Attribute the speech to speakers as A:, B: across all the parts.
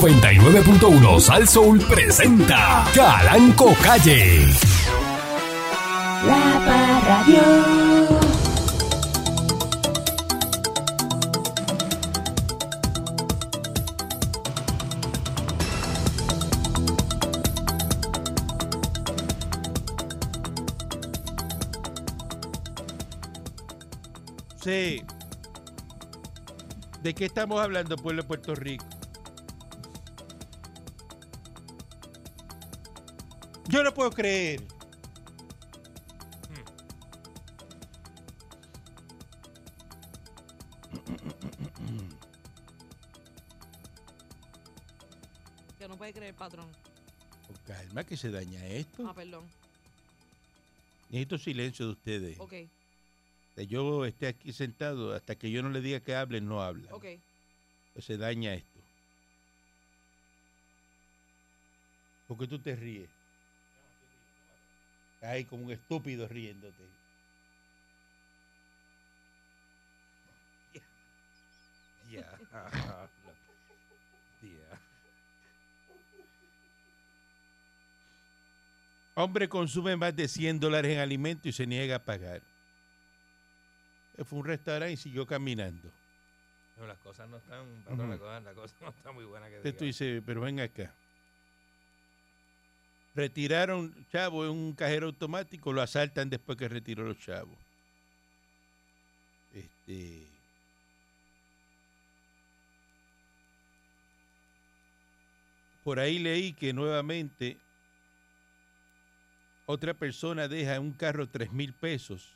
A: 99.1 Sal Soul presenta Calanco Calle.
B: La Parradio.
C: Sí. ¿De qué estamos hablando, pueblo de Puerto Rico? Yo no puedo creer.
D: Que no puede creer, patrón.
C: Con Oh, calma, que se daña
D: Ah,
C: esto.
D: perdón.
C: Necesito silencio de ustedes.
D: Ok,
C: Que Yo esté aquí sentado hasta que yo no le diga que hablen, no hablan.
D: ok.
C: Pues se daña esto. ¿Por qué tú te ríes? Ay, como un estúpido riéndote. Ya. Ya. Hombre consume más de 100 dólares en alimento y se niega a pagar. Fue a un restaurante y siguió caminando.
E: No, las cosas no están, patrón, la, cosa, la cosa no está muy buena que
C: Entonces tú
E: diga.
C: dices, pero ven acá. Retiraron chavo en un cajero automático, lo asaltan después que retiró los chavos. Este. Por ahí leí que nuevamente otra persona deja en un carro tres mil pesos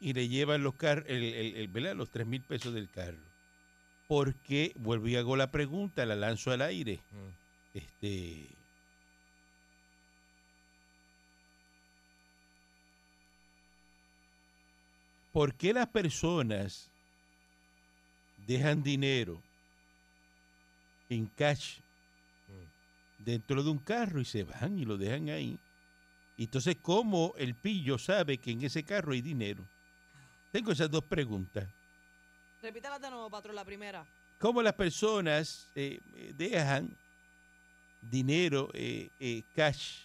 C: y le llevan los car el, el- el- ¿verdad? los tres mil pesos del carro. Porque, vuelvo y hago la pregunta, la lanzo al aire.
E: Mm.
C: Este. ¿Por qué las personas dejan dinero en cash dentro de un carro y se van y lo dejan ahí? Y Entonces, ¿cómo el pillo sabe que en ese carro hay dinero? Tengo esas dos preguntas.
D: Repítala de nuevo, patrón, la primera.
C: cómo las personas eh, eh, dejan dinero, eh, eh, cash,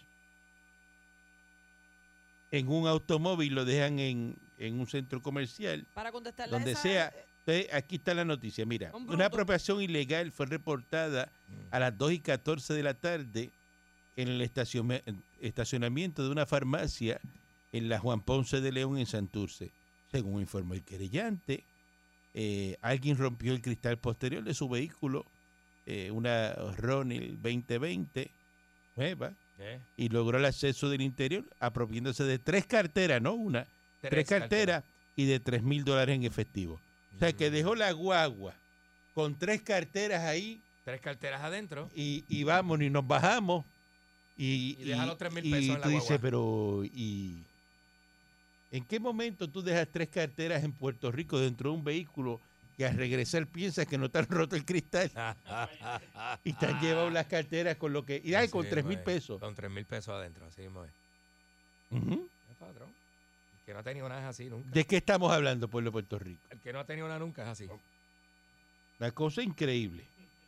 C: en un automóvil, lo dejan en, en un centro comercial.
D: Para contestarle
C: Donde
D: esa,
C: sea.
D: eh,
C: Entonces, aquí está la noticia, mira.
D: Un
C: Una
D: bruto.
C: apropiación ilegal fue reportada
E: Mm.
C: a las 2 y 14 de la tarde en el estaciona- estacionamiento de una farmacia en la Juan Ponce de León en Santurce. Según informó el querellante, eh, alguien rompió el cristal posterior de su vehículo, eh, una Ronil 2020 nueva,
E: ¿Eh?
C: y logró el acceso del interior apropiándose de tres carteras, no una, tres, carteras y de tres mil dólares en efectivo. O sea, que
E: Mm.
C: dejó la guagua con tres carteras ahí
E: Tres carteras adentro.
C: y, y vamos y nos bajamos. Y,
E: Y deja los 3,000
C: y
E: pesos en la
C: tú dices,
E: guagua.
C: pero ¿y en qué momento tú dejas tres carteras en Puerto Rico dentro de un vehículo que al regresar piensas que no te han roto el cristal y te
E: Ah.
C: han llevado las carteras con lo que... Y ay,
E: Así
C: con
E: mismo
C: tres mil
E: es.
C: pesos.
E: pues, Con tres mil pesos adentro, así mismo es.
C: Ujú.
E: Es patrón. El que no ha tenido nada es así nunca.
C: ¿De qué estamos hablando, pueblo de Puerto Rico?
E: El que no ha tenido nada nunca es así.
C: Oh. Una cosa increíble.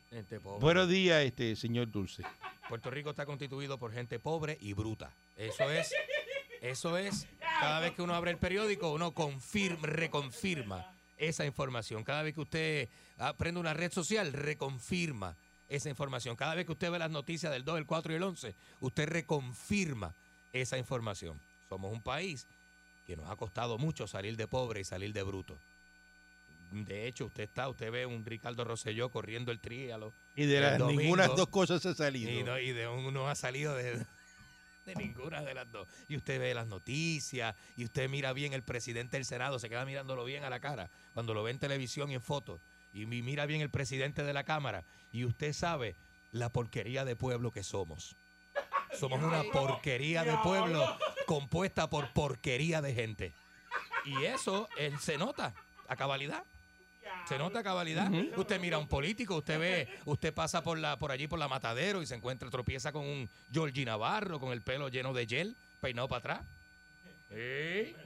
E: Gente pobre.
C: Buenos días, este señor Dulce.
E: Puerto Rico está constituido por gente pobre y bruta. Eso es. Eso es. Cada vez que uno abre el periódico, uno confirma, reconfirma esa información. Cada vez que usted aprende una red social, reconfirma esa información. Cada vez que usted ve las noticias del 2, el 4 y el 11, usted reconfirma esa información. Somos un país que nos ha costado mucho salir de pobre y salir de bruto. De hecho, usted está, usted ve un Ricardo Rosselló corriendo el tríalo
C: Y de
E: El
C: las
E: domingo.
C: ninguna dos cosas ha salido.
E: y, no, y de uno no ha salido de, de ninguna de las dos. Y usted ve las noticias, y usted mira bien el presidente del Senado, se queda mirándolo bien a la cara cuando lo ve en televisión y en fotos. Y mi- mira bien el presidente de la Cámara, y usted sabe la porquería de pueblo que somos. Somos una porquería de pueblo compuesta por porquería de gente. Y eso eh, se nota a cabalidad. Se nota a cabalidad. Usted mira a un político, usted ve, usted pasa por la por allí por la matadero y se encuentra, tropieza con un Georgie Navarro con el pelo lleno de gel, peinado para atrás. Sí,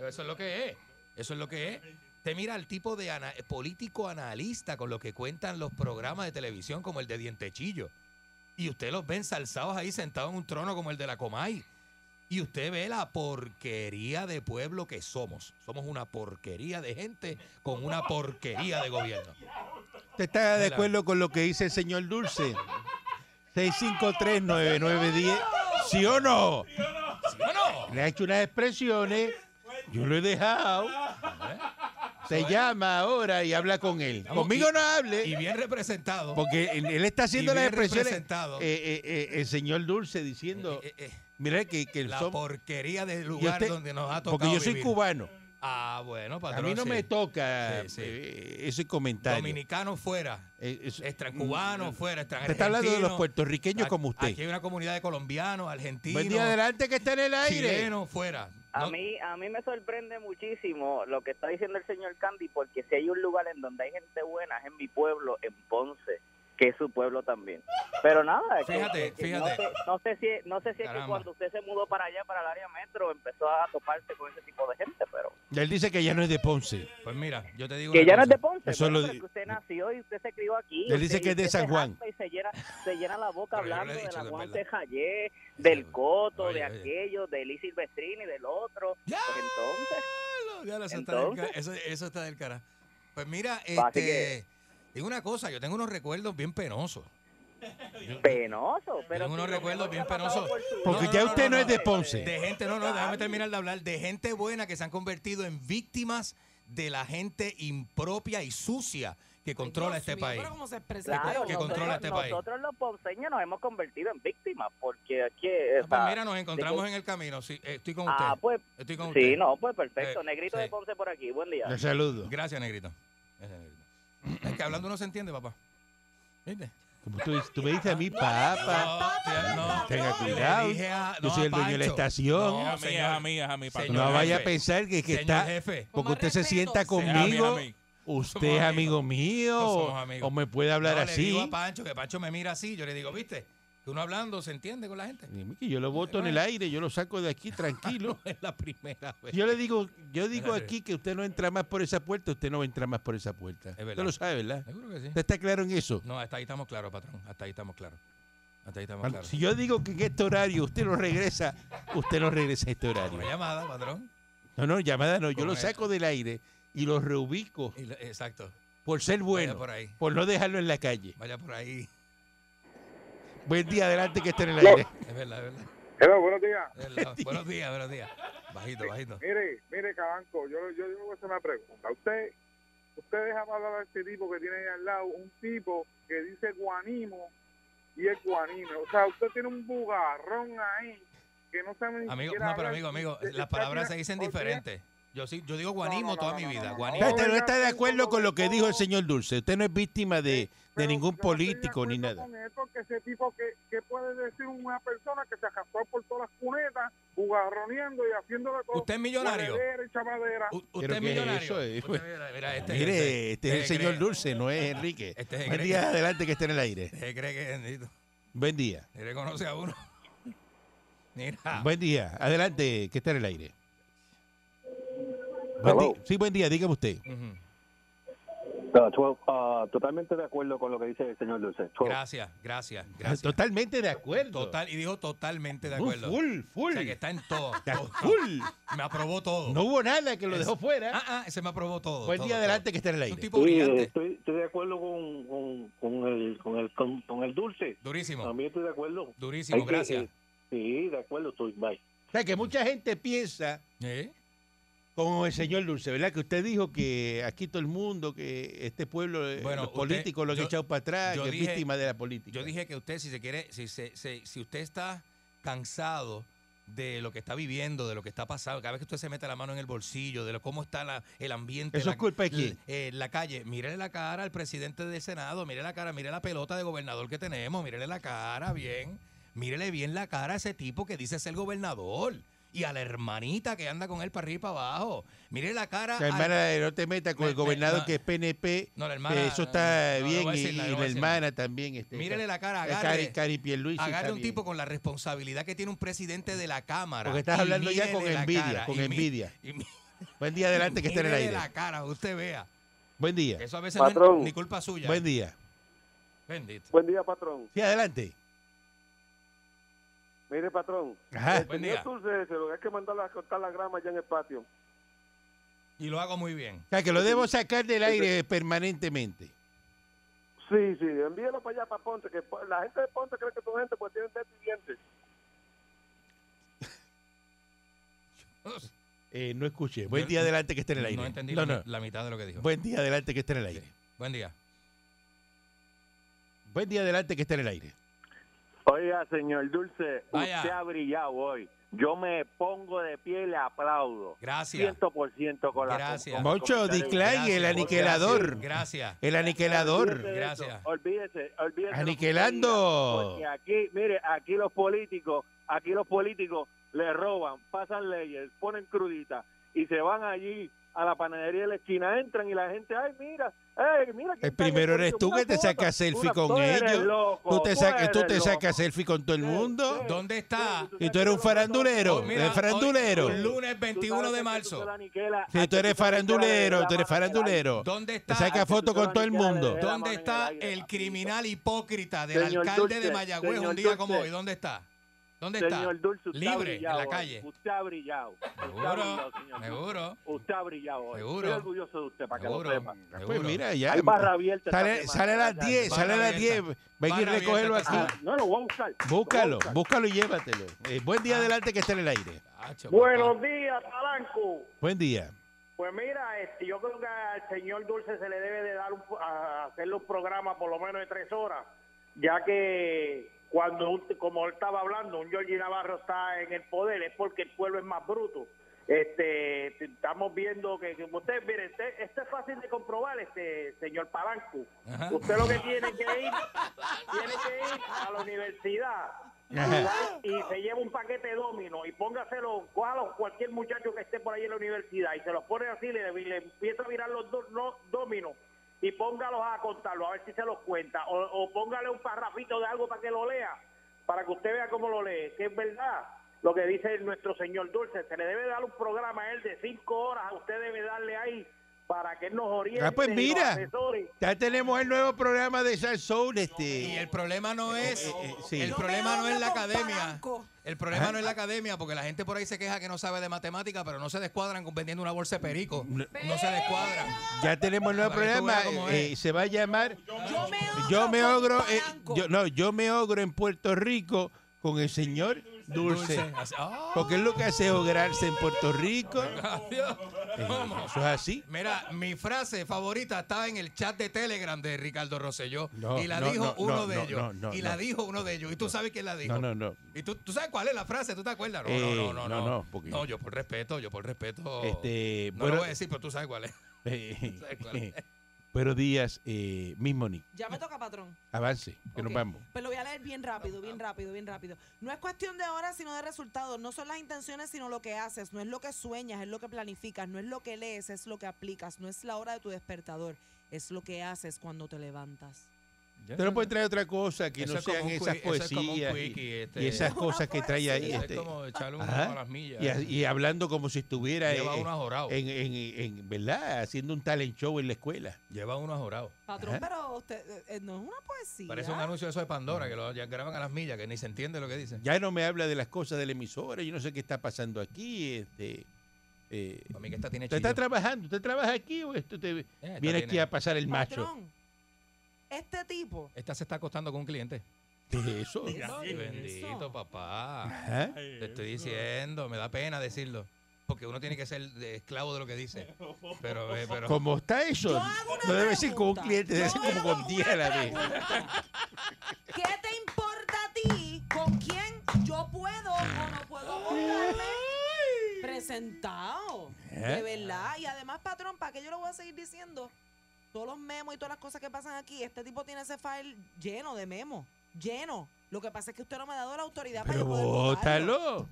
E: eso es lo que es. Eso es lo que es. Te mira el tipo de ana- político analista con lo que cuentan los programas de televisión como el de Dientechillo. Y usted los ve ensalzados ahí sentados en un trono como el de la Comay. Y usted ve la porquería de pueblo que somos. Somos una porquería de gente con una porquería de gobierno.
C: ¿Te está de
E: Adelante.
C: acuerdo con lo que dice el señor Dulce? 6539910. ¿Sí o no?
E: ¿Sí o no?
C: Le ha hecho unas expresiones. Yo lo he dejado. Se llama ahora y habla con él.
E: Vamos,
C: Conmigo
E: y-
C: no
E: Y
C: hable.
E: bien representado.
C: Porque él, él está haciendo
E: y
C: las
E: bien
C: expresiones.
E: representado.
C: Eh, eh, eh, el señor Dulce diciendo,
E: Eh, eh, eh,
C: mira que, que el
E: la
C: som-
E: porquería del
C: y
E: lugar
C: usted-
E: donde nos ha tocado
C: Porque yo soy
E: vivir.
C: cubano.
E: Ah, bueno,
C: A
E: patrón.
C: mí no
E: sí.
C: me toca
E: Sí, sí.
C: eh, ese comentario.
E: Dominicano fuera,
C: Eh, es-
E: este extracubano fuera,
C: Mm, Te está hablando de los
E: extraargentino.
C: puertorriqueños como usted.
E: Aquí hay una comunidad de colombianos, argentinos,
C: Buen día adelante que está en el aire.
E: chilenos fuera.
B: A
E: No-
B: mí, a mí me sorprende muchísimo lo que está diciendo el señor Candy, porque si hay un lugar en donde hay gente buena es en mi pueblo, en Ponce, que es su pueblo también. Pero nada, que-
E: Fíjate,
B: que- que
E: fíjate.
B: No sé, no sé si, no sé si es que
E: Caramba.
B: cuando usted se mudó para allá, para el área metro, empezó a toparse con ese tipo de gente, pero...
C: Él dice que ya no es de Ponce.
E: Pues mira, yo te digo.
B: Que
E: una
B: ya no es
E: cosa.
B: de Ponce,
C: Eso
B: bueno,
C: lo
B: pero
C: di-
B: es que usted nació y usted se crió aquí.
C: Él dice
B: usted-
C: que es de
B: usted se
C: San Juan.
B: jacta Y se llena, se llena la boca
E: Pero yo no
B: hablando
E: le he
B: de
E: dicho
B: la
E: que es
B: Juan
E: verdad.
B: Jayé,
E: Oye,
B: del Coto,
E: oye,
B: de
E: oye.
B: aquello, de Liz Silvestrini, del otro.
E: Ya.
B: Pues entonces...
E: Ya lo- eso, está del
B: Entonces.
E: ca- eso- eso está del cara. Pues mira,
B: Así
E: este, digo una cosa, yo tengo unos recuerdos bien penosos.
B: Penoso, pero.
E: Tengo unos
B: si lo mejor
E: recuerdos bien
B: que ha pasado
E: penosos.
B: por su-
C: Porque ya usted no es de Ponce.
E: De gente, no, no, déjame terminar de hablar. De gente buena que se han convertido en víctimas de la gente impropia y sucia que controla
D: Dios
E: este
D: mío,
E: país.
D: Pero cómo se expresa.
B: Claro,
E: que
B: nosotros-
E: controla este país.
B: Nosotros los ponceños nos hemos convertido en víctimas porque aquí. eh,
E: Ah, pues
B: está-
E: mira, nos encontramos
B: de-
E: en el camino. Sí, eh, estoy con usted.
B: Ah, pues.
E: Estoy con
B: Sí,
E: usted.
B: no, pues perfecto.
E: Sí,
B: Negrito
E: sí.
B: de Ponce por aquí, buen día.
C: Le saludo.
E: Gracias, negrito. Gracias, negrito. Es que hablando no se entiende, papá. ¿Viste?
C: Como tú, tú me dices a mí, papá.
E: tía, no.
C: Tenga
E: Le
C: cuidado.
E: dije a-
C: Yo
E: no,
C: soy
E: a
C: el dueño de la
E: Pancho.
C: estación.
E: No,
F: Es a mí, es a
E: señor.
F: mí, es a mí, patrón.
E: señor
C: No vaya a
E: jefe.
C: pensar que, que
E: Señor
C: está.
E: jefe.
C: Porque usted se
D: respeto,
C: sienta
F: Es a mí, es a
C: conmigo.
F: mí.
C: Usted es amigo mío.
E: No somos amigos.
C: O me puede hablar
E: No, Le
C: así.
E: digo a Pancho, que Pancho me mira así. Yo le digo, ¿viste? Que uno hablando se entiende con la gente.
C: Dime que yo lo boto en el aire, yo lo saco de aquí tranquilo.
E: Es la primera vez.
C: Yo le digo, yo digo
E: Espérate.
C: aquí que usted no entra más por esa puerta, usted no va a entrar más por esa puerta. Usted
E: verdad.
C: lo sabe, ¿verdad?
E: Seguro que sí.
C: ¿Usted está claro en eso?
E: No, hasta ahí estamos claros, patrón. Hasta ahí estamos claros. Hasta ahí estamos
C: Cuando-
E: claros.
C: Si yo digo que en este horario usted no regresa, usted no regresa a este horario.
E: Una llamada, patrón.
C: No, no, llamada no, yo lo
E: Correcto.
C: saco del aire y lo reubico
E: Y la- Exacto.
C: por ser bueno,
E: Vaya por ahí.
C: por no dejarlo en la calle.
E: Vaya por ahí.
C: Buen día, adelante que esté en el aire.
E: Es verdad, es verdad.
G: Hello, buenos días.
E: Es verdad. buenos días, buenos días. Bajito, bajito.
G: Mire, mire, Cabanco, yo, yo, yo le voy a hacer una pregunta. Usted, usted deja hablar a este tipo que tiene ahí al lado, un tipo que dice guanimo y es guanino. O sea, usted tiene un bugarrón ahí que no sabe ni
E: Amigo,
G: siquiera
E: no,
G: hablar.
E: pero amigo, amigo,
G: Usted
E: las
G: está
E: palabras se
G: tirando-
E: dicen
G: o sea,
E: diferentes. Yo sí, yo digo
G: no,
E: guanismo
G: no,
E: toda
G: no,
E: mi
G: no,
E: vida.
G: no, Eh,
E: guanismo.
C: Usted no está de acuerdo con lo que dijo el señor Dulce. Usted no es víctima de, de
G: pero
C: ningún
G: yo no estoy de
C: político ni
G: acuerdo
C: nada.
G: con él porque ese tipo que, que puede decir una persona que se arrastró por todas las cunetas, bugarroneando y haciéndole todo.
E: Usted es millonario.
G: guaredera y chapadera.
E: U-
C: Pero
E: Usted es
C: que
E: millonario.
C: eso es- pues.
E: Usted es millonario. Mira, este,
C: Mire, este es el
E: cree-
C: señor Dulce, no es Enrique.
E: Este se
C: Buen
E: cree
C: día,
E: que-
C: adelante que esté en el aire.
E: Este cree que es bendito.
C: Buen día.
E: Ni reconoce a uno. Mira.
C: Buen día, adelante que esté en el aire. Buen
H: Hello.
C: di- sí, buen día, dígame usted.
E: Ujú.
H: No, tú, ah, totalmente de acuerdo con lo que dice el señor Dulce. Tú.
E: Gracias, gracias, gracias.
C: Totalmente de acuerdo.
E: Total, y dijo totalmente de
C: Uh,
E: acuerdo.
C: full,
E: O
C: full.
E: sea que está en todo.
C: Está
E: todo.
C: full.
E: Me aprobó todo.
C: No hubo nada que lo
E: Es-
C: dejó fuera.
E: Ah, ah, se me aprobó todo.
C: Buen
E: todo,
C: día,
E: todo.
C: adelante que esté en el
E: Es un
C: aire.
E: tipo
H: Sí,
E: brillante.
H: estoy, estoy de acuerdo con, con, con el, con, el, con, con el Dulce.
E: Durísimo,
H: También estoy de acuerdo.
E: durísimo,
H: Hay que-
E: gracias.
H: eh, sí, de acuerdo estoy. Bye.
C: O sea que mucha gente piensa
E: ¿Eh?
C: como el señor Dulce, ¿verdad? Que usted dijo que aquí todo el mundo, que este pueblo, eh,
E: Bueno,
C: los
E: usted-
C: políticos, lo que
E: yo-
C: han echado para atrás,
E: yo
C: que es
E: dije-
C: víctima de la política.
E: Yo dije que usted, si se quiere, si, se, se- si usted está cansado de lo que está viviendo, de lo que está pasando, cada vez que usted se mete la mano en el bolsillo, de lo, cómo está la- el ambiente.
C: ¿Eso
E: la-
C: es culpa de quién?
E: eh, la calle. Mírele la cara al presidente del Senado, mire la cara, mire la pelota de gobernador que tenemos, mírele la cara bien. Mírele bien la cara a ese tipo que dice ser gobernador. Y a la hermanita que anda con él para arriba y para abajo. Mire la cara.
C: La
E: al-
C: hermana, eh, no te metas con
E: "Ah, Me-
C: el
E: me-
C: gobernador
E: no.
C: que es PNP,
E: No, la
C: que
E: hermana.
C: eso está
E: no, no, no
C: bien,
E: voy a
C: y,
E: decir nada,
C: y
E: no voy
C: la
E: a decir nada.
C: hermana también. Este,
E: Mírele la cara,
C: eh, Cari-
E: agarre.
C: Cari Pierluisi
E: Agarre
C: está
E: un
C: bien.
E: tipo con la responsabilidad que tiene un presidente de la Cámara.
C: Porque estás
E: y
C: hablando ya
E: mírele
C: con
E: la
C: envidia,
E: cara,
C: con
E: y mi-
C: envidia.
E: y mi-
C: Buen día, adelante, que esté en el
E: Mírele
C: aire.
E: la cara, usted vea.
C: Buen día.
E: Eso a veces no
H: Patrón.
E: es ni culpa suya.
C: Buen día.
E: Bendito.
H: Buen día, patrón.
C: Sí, adelante.
H: Mire, patrón.
C: Ajá.
H: el
E: Buen
H: señor
E: día.
H: Dulce ese, lo que hay que mandarlo a cortar la grama allá en el patio.
E: Y lo hago muy bien.
C: O sea, que lo debo sacar del aire permanentemente.
H: Sí, sí, envíalo para allá, para Ponte, que po- la gente de Ponte cree que tu gente pues tiene dientes y dientes.
C: Eh, no escuché. Buen
E: Yo-
C: día, adelante, que esté en el aire.
E: No entendí
C: No,
E: la,
C: no.
E: la mitad de lo que dijo.
C: Buen día, adelante, que esté en el aire.
E: Buen día.
C: Buen día, adelante, que esté en el aire.
F: Oiga, señor Dulce,
E: Vaya.
F: usted ha brillado hoy. Yo me pongo de pie y le aplaudo.
E: Gracias.
F: Ciento por ciento con la
E: Gracias.
F: con- con-
C: Mocho,
F: comentario.
C: decline el aniquilador.
E: Gracias.
C: El aniquilador.
F: Olvídese de eso,
E: Gracias.
F: Olvídese, olvídese.
C: Aniquilando.
F: lo que usted diga, Porque aquí, mire, aquí los políticos, aquí los políticos le roban, pasan leyes, ponen cruditas y se van allí a la panadería de la esquina, entran y la gente, ay, mira, ay, mira. quién
C: El
F: está ahí,
C: primero
F: coño,
C: eres tú
F: una
C: que te
F: foto,
C: sacas selfie
F: una- tú
C: con
F: eres
C: ellos.
F: loco,
C: Tú te, sacas, tú
F: eres
C: te
F: loco.
C: sacas selfie con todo el mundo.
E: ¿Dónde está?
F: Sí,
C: Y tú eres un farandulero.
E: Hoy, Oh, mira,
C: el farandulero.
E: hoy, lunes
F: Tú sabes
E: 21
F: que
E: de
F: tú
E: marzo.
F: te la aniquelas,
C: Si tú
F: a
C: eres
F: que te la aniquelas de
C: farandulero, tú eres
F: la mano en el aire.
C: farandulero.
E: ¿Dónde
C: Te
E: está?
C: saca foto con todo el mundo.
F: la
E: ¿Dónde
F: mano en
E: está
F: el aire,
E: el
F: papito.
E: criminal hipócrita del
F: Señor
E: alcalde de
F: Dulce,
E: Mayagüez un
F: señor
E: día como
F: Dulce.
E: hoy? ¿Dónde está? ¿Dónde está?
F: Señor Dulce, usted ha
E: Libre, en
F: brillado
E: la
F: hoy.
E: calle.
F: Usted ha brillado. Usted ha
E: Seguro,
F: brillado, señor Dulce.
E: seguro,
F: Usted ha brillado hoy.
E: Seguro.
F: Estoy orgulloso de usted, para que
E: seguro.
F: lo sepa.
C: Pues
E: seguro.
C: mira, ya.
F: Hay barra abierta. esta
C: Sale,
F: semana,
C: sale a las
F: vaya.
C: 10,
E: Barra
C: sale a las 10.
E: abierta.
C: Ven y
E: Barra
C: recógelo
E: abierta
C: aquí.
E: está
F: Ah, no, lo voy a buscar. lo voy a
C: Búscalo,
F: buscar.
C: búscalo y llévatelo. Eh, buen día,
E: Ah.
C: adelante, que esté en el aire.
E: Acho,
I: Buenos
E: papá.
I: días, Talanco.
C: Buen día.
I: Pues mira, este, yo creo que al señor Dulce se le debe de dar un, a hacerle un programa por lo menos de tres horas, ya que cuando, un- como él estaba hablando, un Georgie Navarro está en el poder, es porque el pueblo es más bruto. Este, estamos viendo que, que usted, mire, este- esto es fácil de comprobar, este señor Palanco.
E: Ajá.
I: Usted lo que tiene que ir, tiene que ir a la universidad y se lleva un paquete de domino y póngaselo, cójalo cualquier muchacho que esté por ahí en la universidad y se los pone así, le, le empieza a mirar los do- los dominos y póngalos a contarlo, a ver si se los cuenta, o, o póngale un parrafito de algo para que lo lea, para que usted vea cómo lo lee, que es verdad lo que dice nuestro señor Dulce, se le debe dar un programa a él de cinco horas, usted debe darle ahí para que él nos oriente
C: Ah, pues
I: y nos
C: mira.
I: asesore.
C: Ya tenemos el nuevo programa de Sal Soul.
E: Y el
C: Este.
E: problema no es,
C: eh, eh, sí.
E: el
C: No
D: me
E: problema no
D: hable
E: es la
D: con
E: academia.
D: Palanco.
E: El problema no es la academia, porque la gente por ahí se queja que no sabe de matemática, pero no se descuadran con vendiendo una bolsa de perico. No se descuadran.
C: Ya tenemos el nuevo
E: Para que tú
C: programa.
E: veas cómo
C: eh,
E: es.
C: se va a llamar
D: Yo me ogro.
C: Yo me
D: con
C: ogro. eh,
D: Palanco.
C: yo, no, yo me ogro en Puerto Rico con el señor Dulce.
E: Así- ¡Ah!
C: Porque es lo que hace es ograrse en Puerto Rico.
E: Adiós.
C: Eh,
E: ¿Cómo?
C: Eso es así.
E: Mira, mi frase favorita estaba en el chat de Telegram de Ricardo Rosselló.
C: No,
E: y la
C: no,
E: dijo
C: no,
E: uno
C: no,
E: de
C: no,
E: ellos.
C: no, no,
E: y la
C: no.
E: dijo uno de ellos. ¿Y tú sabes quién la dijo?
C: No, no, no.
E: ¿Y tú, tú sabes cuál es la frase? ¿Tú te acuerdas? No,
C: Eh,
E: no, no, no.
C: no, no, porque-
E: yo por respeto, yo por respeto.
C: Este,
E: no
C: bueno,
E: lo voy a decir, pero tú sabes cuál es.
C: eh,
E: ¿Sabes cuál es?
C: pero Díaz, eh, mismo Nick,
D: Ya me toca, patrón.
C: avance, que nos
D: Ok,
C: vamos.
D: Pero lo voy a leer bien rápido, bien rápido, bien rápido. No es cuestión de horas, sino de resultados. No son las intenciones, sino lo que haces. No es lo que sueñas, es lo que planificas. No es lo que lees, es lo que aplicas. No es la hora de tu despertador, es lo que haces cuando te levantas.
C: Usted no puede traer otra cosa pues, que
E: Eso
C: no
E: es como
C: sean
E: un
C: esas
E: qui- eso es como un
C: poesías y,
E: quickie, este.
C: y esas
D: Una
C: cosas que trae ahí.
D: poesía.
E: Eso
C: este,
E: es como echarle un
C: Ajá.
E: ojo a las millas.
C: y, a- y hablando como si estuviera
E: Lleva
C: eh,
E: uno ajorado.
C: en, en- en- ¿verdad? haciendo un talent show en la escuela.
E: Lleva uno ajorado.
D: Patrón,
C: Ajá.
D: pero usted eh, eh, no es una poesía.
E: Parece un anuncio de eso de Pandora, que lo ya graban a las millas, que ni se entiende lo que dicen.
C: Ya no me habla de las cosas de la emisora, yo no sé qué está pasando aquí. Este, eh,
E: A mí que esta tiene
C: ¿Usted
E: chillo. Eh,
C: está trabajando? ¿Usted trabaja aquí o esto te
E: esta
C: viene
E: tiene-
C: aquí a pasar el macho?
D: Patrón, este tipo.
E: Esta se está acostando con un cliente.
C: ¿Qué es eso? ¿Ah?
E: Ay, bendito, papá.
C: Ajá.
E: Te estoy diciendo, me da pena decirlo. Porque uno tiene que ser de- esclavo de lo que dice. Pero, eh, pero
C: ¿Cómo está eso?
D: Yo hago una
C: No debe ser con un
D: pregunta.
C: cliente,
D: Yo
C: debe ser como
D: hago
C: con 10 a la
D: una
C: vez.
D: pregunta. ¿Qué te importa a ti con quién yo puedo o no puedo juntarme? Presentado.
C: Eh.
D: De verdad. Y además, patrón, ¿para qué yo lo voy a seguir diciendo? Todos los memos y todas las cosas que pasan aquí, este tipo tiene ese file lleno de memos. Lleno. Lo que pasa es que usted no me ha dado la autoridad para
C: Pero
D: yo poder votarlo.
C: bótalo.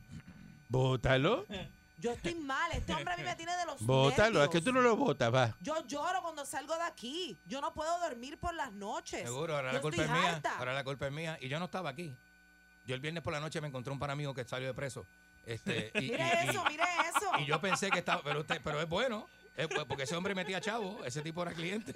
C: Bótalo.
D: Yo estoy mal. Este hombre a mí me tiene de los
C: Bótalo. Es que
D: nervios.
C: tú no lo votas, va.
D: Yo lloro cuando salgo de aquí. Yo no puedo dormir por las noches.
E: seguro, ahora
D: Yo
E: la culpa es
D: estoy
E: mía.
D: harta.
E: Ahora la culpa es mía. Y yo no estaba aquí. Yo el viernes por la noche me encontré un para amigo que salió de preso. Este, y, y-
D: Mire
E: y-
D: eso, mire eso.
E: y yo pensé que estaba, pero usted, pero es bueno. es bu- Porque ese hombre metía chavo, ese tipo era cliente,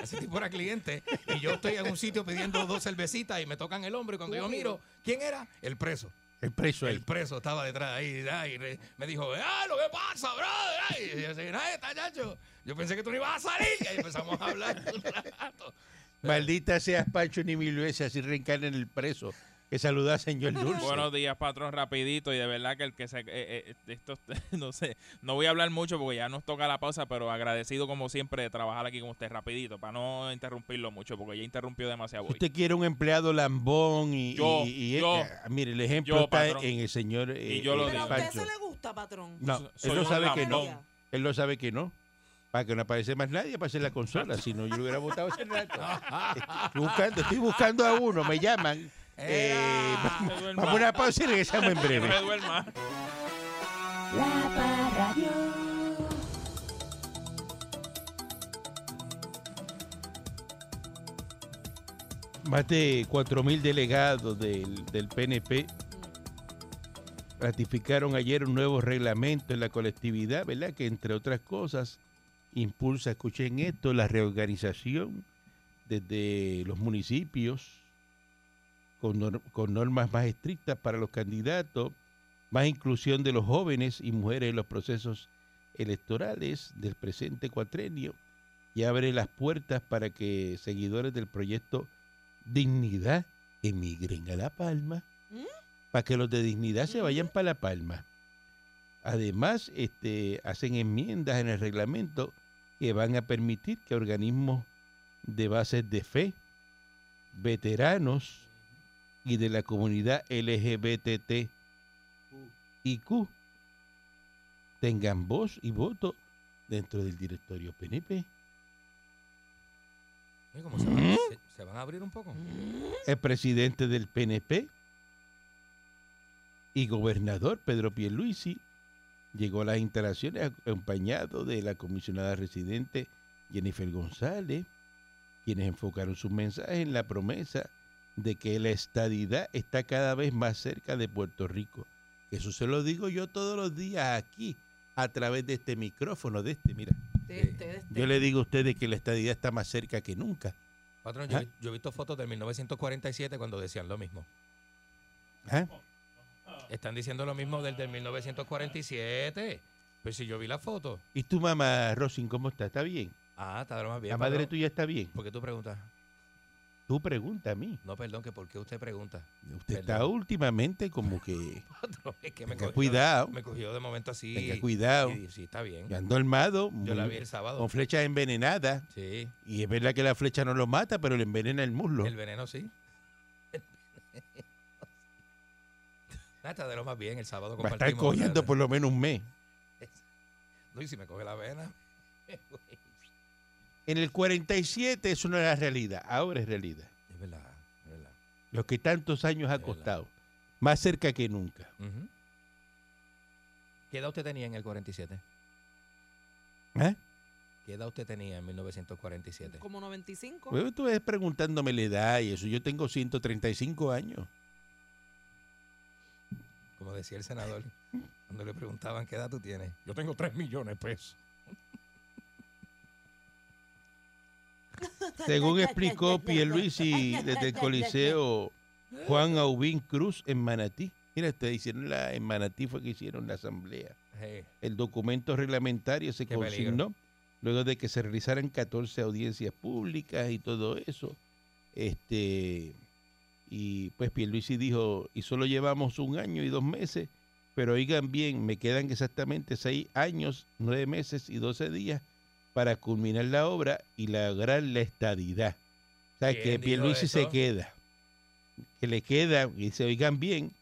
E: ese tipo era cliente. Y yo estoy en un sitio pidiendo dos cervecitas y me tocan el hombro. Y cuando yo miro, ¿quién era? El preso.
C: El preso ahí.
E: El preso estaba detrás ahí, ya, y re- me dijo, ¡ah, lo que pasa, brother! ay". Y yo así, "Nada, está, chacho. Yo pensé que tú no ibas a salir. Y ahí empezamos a hablar un rato.
C: Maldita seas, Pancho, ni mil veces así reencarna en el preso. Que saluda a señor Dulce.
J: Buenos días, patrón, rapidito. Y de verdad que el que se... eh, eh, esto, no sé, no voy a hablar mucho porque ya nos toca la pausa, pero agradecido como siempre de trabajar aquí con usted rapidito, para no interrumpirlo mucho, porque ya interrumpió demasiado hoy.
C: Usted quiere un empleado lambón y...
J: Yo,
C: y- y-
J: yo.
C: eh, mire, el ejemplo
J: Yo,
C: está
J: patrón.
C: en el señor eh,
J: yo lo
C: eh,
D: Pero a
J: digo.
D: usted
C: Pancho.
D: eso le gusta, patrón.
C: No,
J: Soy
C: él no
J: un
C: sabe que
D: lambón.
C: no. Él no sabe que no. Para que no aparece más nadie para hacer la consola. Si no, yo lo hubiera votado hace rato. Estoy buscando, estoy buscando a uno. Me llaman. Eh, vamos
J: Me duermo.
C: vamos a una pausa y regresamos en
J: Que
C: breve.
J: me duerma.
K: La Parradio.
C: Más de 4.000 delegados del, del PNP ratificaron ayer un nuevo reglamento en la colectividad, ¿verdad? Que entre otras cosas impulsa, escuchen esto, la reorganización desde los municipios con, nor- con normas más estrictas para los candidatos, más inclusión de los jóvenes y mujeres en los procesos electorales del presente cuatrenio y abre las puertas para que seguidores del proyecto dignidad emigren a La Palma
D: ¿Mm?
C: para que los de dignidad se vayan para La Palma. Además, este, hacen enmiendas en el reglamento que van a permitir que organismos de bases de fe, veteranos y de la comunidad LGBT y Q tengan voz y voto dentro del directorio PNP.
E: Oye, ¿cómo se, van, se- se van a abrir un poco?
C: el presidente del PNP y gobernador Pedro Pierluisi llegó a las instalaciones acompañado de la comisionada residente Jennifer González, quienes enfocaron sus mensajes en la promesa de que la estadidad está cada vez más cerca de Puerto Rico. Eso se lo digo yo todos los días aquí, a través de este micrófono, de este, mira.
D: De
E: Sí.
D: este, de este.
C: Yo le digo a ustedes que la estadidad está más cerca que nunca.
E: Patrón, yo,
C: Ah.
E: yo he visto fotos del 1947 cuando decían lo mismo. ¿Eh?
C: ¿Ah?
E: Están diciendo lo mismo del del 1947. Pues si yo vi la foto.
C: ¿Y tu mamá, Rosin, cómo está? ¿Está bien?
E: Ah, está de lo más bien.
C: La madre
E: patrón.
C: tuya está bien.
E: ¿Por qué tú preguntas?
C: Tú pregunta a mí.
E: No, perdón, que por qué usted pregunta.
C: Usted
E: Perdón.
C: está últimamente como que
E: Patrón, es que me
C: tenga
E: cogió,
C: cuidado,
E: me cogió de momento así.
C: tenga cuidado.
E: Y- sí, está bien.
C: Y andó armado
E: Yo la vi
C: muy-
E: el sábado.
C: con flechas envenenadas.
E: Sí,
C: Y es verdad que la flecha no lo mata, pero le envenena el muslo.
E: el veneno sí. Ah, está de lo más bien. El sábado
C: Va a estar
E: compartimos,
C: cogiendo
E: ¿verdad?
C: por lo menos un mes.
E: No, y si me coge la vena.
C: En el 47 eso no era realidad, ahora es realidad.
E: Es verdad, es verdad.
C: Lo que tantos años ha
E: Es verdad.
C: costado, más cerca que nunca.
E: Ujú. ¿Qué edad usted tenía en el 47?
C: ¿Eh?
E: ¿Qué edad usted tenía en 1947?
D: Como 95.
C: Luego tú ves preguntándome la edad y eso. Yo tengo 135 años.
E: Como decía el senador, cuando le preguntaban qué edad tú tienes. Yo tengo 3 millones de pesos.
C: Según explicó Pierluisi desde el Coliseo Juan Aubín Cruz en Manatí. Mira, te hicieron la, en Manatí fue que hicieron la asamblea.
E: Hey,
C: El documento reglamentario se
E: Qué
C: consignó luego de que se realizaran 14 audiencias públicas y todo eso. Este y pues Pierluisi dijo, y solo llevamos un año y dos meses, pero oigan bien, me quedan exactamente seis años, nueve meses y 12 días para culminar la obra y lograr la estadidad. O sea,
E: Bien,
C: que
E: dijo
C: Pierluisi se
E: eso.
C: queda. Que le queda, y se oigan bien,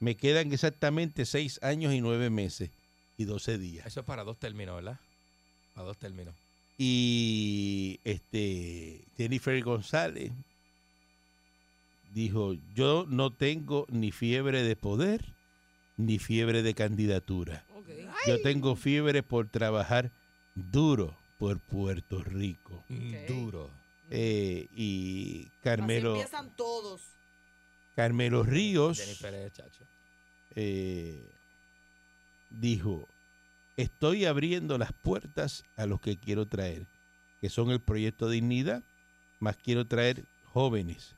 C: me quedan exactamente seis años y nueve meses y 12 días.
E: eso es para dos términos, ¿verdad? Para dos términos.
C: Y este Jennifer González dijo, yo no tengo ni fiebre de poder ni fiebre de candidatura.
D: Ok.
C: Yo tengo fiebre por trabajar duro por Puerto Rico.
E: Mm, Duro.
C: Eh, y
D: Así
C: Carmelo,
D: empiezan todos.
C: Carmelo Ríos.
E: Jennifer es chacho.
C: eh, dijo, estoy abriendo las puertas a los que quiero traer, que son el proyecto Dignidad, más quiero traer jóvenes.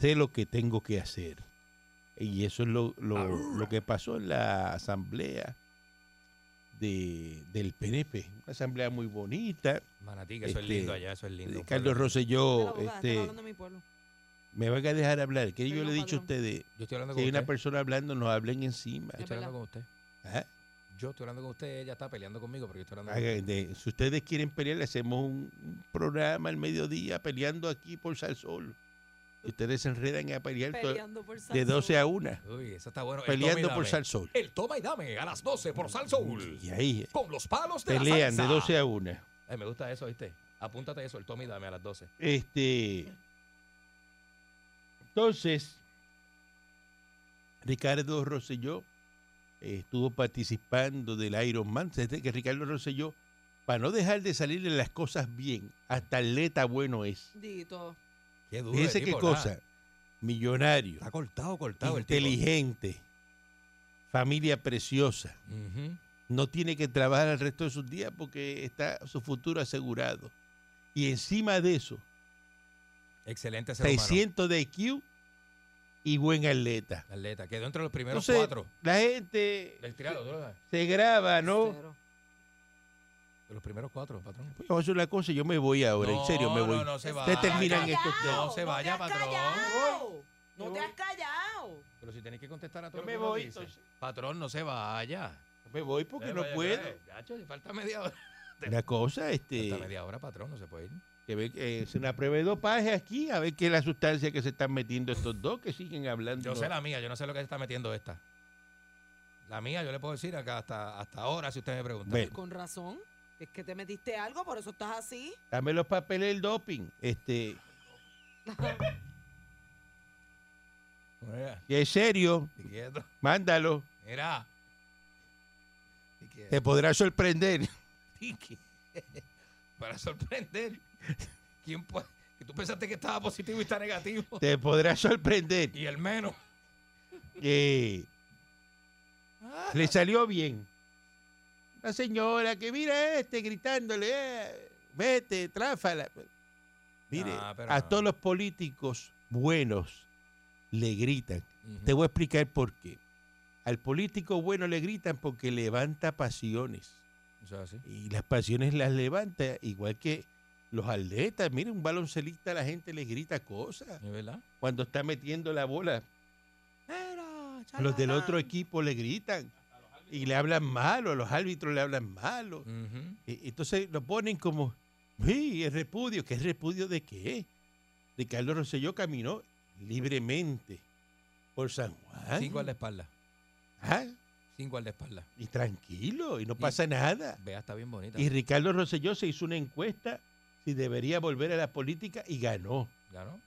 C: Sé lo que tengo que hacer. Y eso es lo, lo- lo que pasó en la asamblea de, del PNP. Una asamblea muy bonita.
E: Manatí, que eso es lindo allá, eso es lindo.
C: eh, Carlos Rosselló,
D: Estaba
C: este,
D: hablando de mi pueblo.
C: me van a dejar hablar. Que yo le he dicho a
D: padrón.
C: ustedes,
E: Yo estoy hablando
C: si
E: con
C: hay una
E: usted.
C: persona hablando, no hablen encima.
E: ¿eh? Yo
C: ¿Ah?
E: estoy hablando con usted.
C: Ajá.
E: Yo estoy hablando con usted, ella está peleando conmigo, pero yo estoy hablando con
C: Hagan de- Si ustedes quieren pelear, le hacemos un un programa al mediodía peleando aquí por Salsol. Y ustedes se enredan a pelear to-
E: Peleando por
C: de
E: Salsol.
C: 12 a 1.
E: Uy, eso está bueno. El
C: Peleando
E: toma y
C: por
E: dame.
C: Salsol.
E: El toma y dame a las 12 por Sal Soul.
C: Y ahí eh,
E: Con los palos de la
C: pelean de
E: salsa.
C: 12 a 1.
E: Ay, me gusta eso, ¿viste? Apúntate eso, el toma y dame a las 12.
C: Este, entonces, Ricardo Rosselló eh, estuvo participando del Ironman. Se dice Que Ricardo Rosselló, para no dejar de salirle las cosas bien, hasta atleta bueno es.
D: Dito.
E: Qué duro.
C: Fíjense
E: el
C: qué
E: tipo,
C: cosa.
E: ¿verdad?
C: Millonario.
E: Está cortado, cortado el tipo.
C: inteligente, familia preciosa.
E: Ujú.
C: No tiene que trabajar el resto de sus días porque está su futuro asegurado. Y encima de eso,
E: Excelente ser humano.
C: 600 de IQ y buen atleta.
E: Atleta. Quedó entre los primeros
C: Entonces,
E: cuatro.
C: la gente
E: Del tirado, tú lo sabes.
C: se graba, ¿no?
E: De los primeros cuatro, patrón.
C: Yo voy a hacer una cosa, yo me voy ahora, en serio me voy.
E: No, no se vaya.
C: Ustedes terminan estos
E: No
C: temas.
E: se vaya, patrón.
D: ¡Callao! ¡No te has callado!
E: Pero si tenés que contestar a todo lo
C: Yo me
E: que uno
C: voy,
E: dice.
C: entonces.
E: Patrón, no se vaya.
C: Me voy porque
E: Se
C: no
E: vaya,
C: puedo.
E: eh, Gacho, si falta media hora.
C: Una cosa,
E: Falta
C: este,
E: media hora, patrón, no se puede ir.
C: que ve que es una prueba de dopaje aquí, a ver qué es la sustancia que se están metiendo estos dos que siguen hablando.
E: Yo sé la mía, yo no sé lo que se está metiendo esta. La mía, yo le puedo decir acá hasta, hasta ahora, si usted me pregunta.
C: Ve.
D: Con razón. Es que te metiste algo, por eso estás así.
C: Dame los papeles del doping. Este,
E: Mira,
C: que es serio,
E: y quieto.
C: mándalo.
E: Mira. Y quieto.
C: Te podrá sorprender.
E: Tiki. Para sorprender. ¿Quién puede? Que tú pensaste que estaba positivo y está negativo.
C: Te podrá sorprender.
E: Y el menos.
C: que
E: Ah,
C: le salió bien. La señora que mira este gritándole, eh, vete, tráfala. Mire,
E: Ah, pero
C: a
E: no.
C: todos los políticos buenos le gritan.
E: Ujú.
C: Te voy a explicar por qué. Al político bueno le gritan porque levanta pasiones.
E: o sea, sí.
C: y las pasiones las levanta, igual que los atletas. Miren, un baloncelista la gente le grita cosas
E: ¿Es verdad?
C: cuando está metiendo la bola. Los del otro equipo le gritan y le hablan malo, a los árbitros le hablan malo.
E: Ujú.
C: Y- Entonces lo ponen como, sí, es repudio. ¿Qué es repudio de qué? Ricardo Rosselló caminó libremente por San Juan
E: Cinco a la espalda.
C: Ah,
E: Cinco a la espalda.
C: y tranquilo, y no pasa nada.
E: Vea, está bien bonita.
C: Y Ricardo Rosselló se hizo una encuesta si debería volver a la política y ganó.
E: Claro.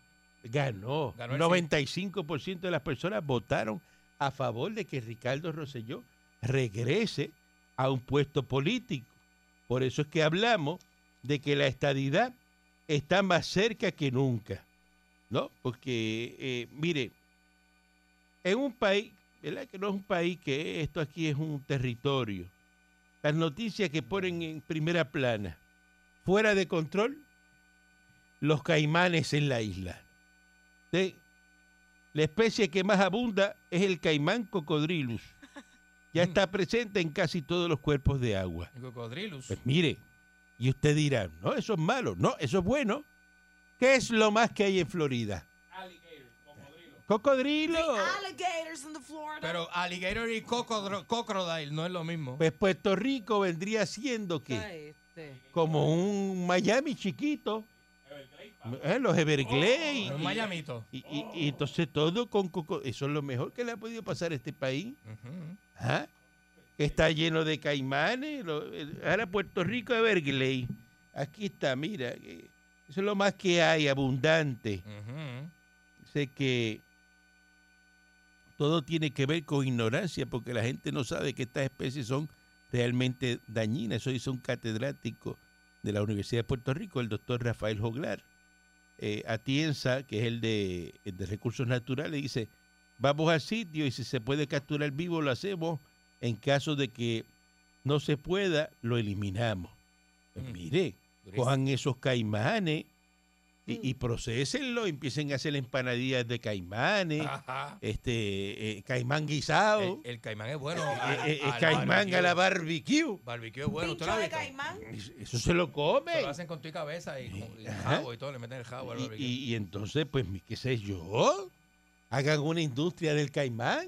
C: Ganó.
E: Ganó el
C: 95% de las personas votaron a favor de que Ricardo Rosselló regrese a un puesto político. Por eso es que hablamos de que la estadidad está más cerca que nunca. ¿No? Porque, eh, mire, en un país, ¿verdad? Que no es un país que esto aquí es un territorio. Las noticias que ponen en primera plana, fuera de control, los caimanes en la isla. ¿Sí? La especie que más abunda es el caimán cocodrilus. Ya está presente en casi todos los cuerpos de agua.
E: El cocodrilus.
C: Pues mire, y usted dirá, no, eso es malo, no, eso es bueno. ¿Qué es lo más que hay en Florida? Cocodrilo.
D: Alligators in the Florida.
E: Pero alligator y cocodro- cocodile no es lo mismo.
C: Pues Puerto Rico vendría siendo que...
D: Está este.
C: como un Miami chiquito. Eh, Oh, los Everglades.
E: Es un
C: y-
E: Miamito.
C: y, y- y entonces todo con coco. Eso es lo mejor que le ha podido pasar a este país.
E: Ujú.
C: Ajá. ¿Ah? Está lleno de caimanes. lo- el- ahora Puerto Rico Everglades. Aquí está, mira. eh, Eso es lo más que hay, abundante.
E: Ujú.
C: Sé que todo tiene que ver con ignorancia, porque la gente no sabe que estas especies son realmente dañinas. Eso hizo un catedrático de la Universidad de Puerto Rico, el doctor Rafael Joglar. Eh, Atienza, que es el de, el de recursos naturales, dice, vamos al sitio y si se puede capturar vivo lo hacemos, En caso de que no se pueda, lo eliminamos. Pues mire,
E: Durísimo.
C: cojan esos caimanes y,
E: mm.
C: y procesenlo, empiecen a hacer empanadillas de caimanes,
E: Ajá.
C: este eh, caimán guisado,
E: El, el caimán es Eh, bueno. a-
C: eh, eh,
E: a la
C: caimán a la
E: barbecue.
C: barbecue.
E: Barbecue es bueno. ¿Usted lo
D: Pincho
E: ha
D: de
E: visto?
D: caimán.
C: Eso se lo come.
E: Se lo hacen con tu cabeza y, con- y jabo y todo, le meten el jabo al
C: Y,
E: barbecue.
C: y- y entonces, pues, mi- qué sé yo, hagan una industria del caimán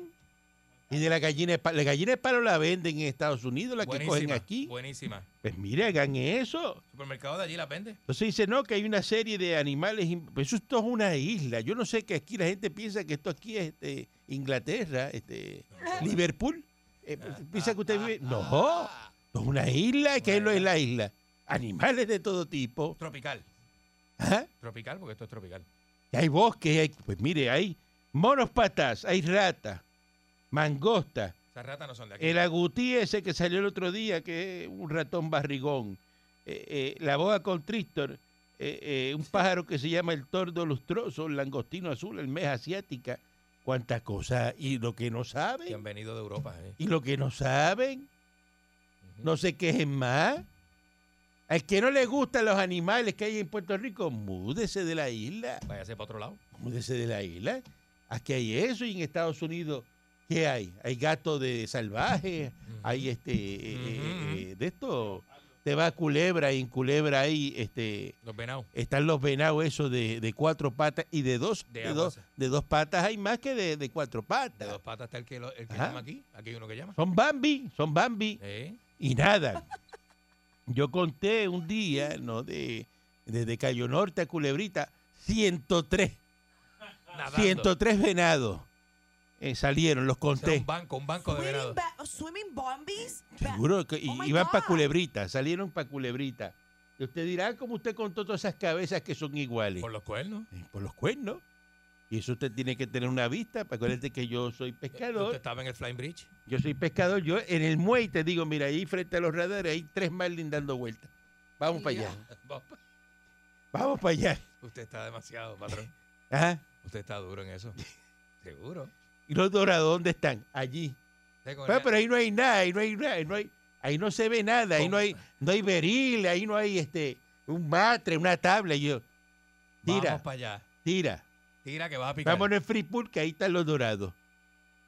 C: y de la gallina de palo. La gallina de palo la venden en Estados Unidos, la que cogen
E: Buenísima,
C: aquí.
E: Buenísima.
C: Pues mire, hagan eso.
E: Supermercado de allí la vende.
C: Entonces dice, no, que hay una serie de animales. in- Pues eso esto es una isla. Yo no sé que aquí la gente piensa que esto aquí es este, Inglaterra, este,
E: Ah.
C: Liverpool. Eh, piensa que usted vive. No, esto es una isla. ¿Qué es lo es la isla? Animales de todo tipo.
E: Tropical.
C: Ajá.
E: Tropical, porque esto es tropical.
C: Y hay bosques, hay- pues mire, hay monos patas, hay ratas, mangosta,
E: Esas ratas no son de aquí.
C: el agutí ese que salió el otro día, que es un ratón barrigón, eh, eh, la boa contristor, eh, eh, un pájaro que se llama el tordo lustroso, el langostino azul, el mes asiática, cuántas cosas, y lo que no
E: que han
C: saben,
E: venido de Europa. eh.
C: y lo que no saben, no se quejen más. Al que no le gustan los animales que hay en Puerto Rico, múdese de la isla.
E: Váyase para otro lado.
C: Múdese de la isla. Aquí hay eso y en Estados Unidos, ¿qué hay? Hay gatos de salvaje, hay este, eh, eh, eh, de esto, te va a culebra y en culebra ahí este,
E: Los venados.
C: están los venados esos de, de cuatro patas y de dos,
E: De
C: de, dos,
E: aguas.
C: de dos patas hay más que de, de cuatro
E: De
C: patas.
E: dos patas está el que, lo- el que
C: Ajá.
E: llama aquí. Aquí hay uno que llama.
C: Son Bambi, son Bambi
E: Eh,
C: y nada. Yo conté un día, ¿no? De, desde Cayo Norte a Culebrita, 103
E: nadando.
C: 103 venados eh, salieron, los
E: O sea,
C: conté.
E: un banco, un banco de
D: Swimming,
E: venados.
D: ba- swimming bombies. Ba-
C: Seguro que
D: Oh
C: y-
D: my
C: iban para
D: God.
C: culebrita, salieron para culebrita. Y usted dirá, como usted contó todas esas cabezas que son iguales?
E: Por los cuernos.
C: Eh, Por los cuernos. Y eso usted tiene que tener una vista. para Acuérdate que yo soy
E: Usted
C: pescador.
E: estaba en el Flying Bridge.
C: Yo soy pescador. Yo en el muelle te digo, mira, ahí frente a los radares hay tres marlin dando vueltas. Vamos para allá. Vamos para allá.
E: Usted está demasiado, patrón.
C: Ajá.
E: Usted está duro en eso. Seguro.
C: ¿Y los dorados dónde están? Allí.
E: Usted con
C: Pero,
E: la-
C: pero ahí no hay nada, ahí no hay nada, ahí no hay, ahí no se ve nada, ahí no hay, no hay beril, ahí no hay este un matre, una tabla. Y yo,
E: Vamos
C: tira,
E: para allá.
C: tira,
E: Tira que va a picar.
C: vámonos en free pool que ahí están los dorados.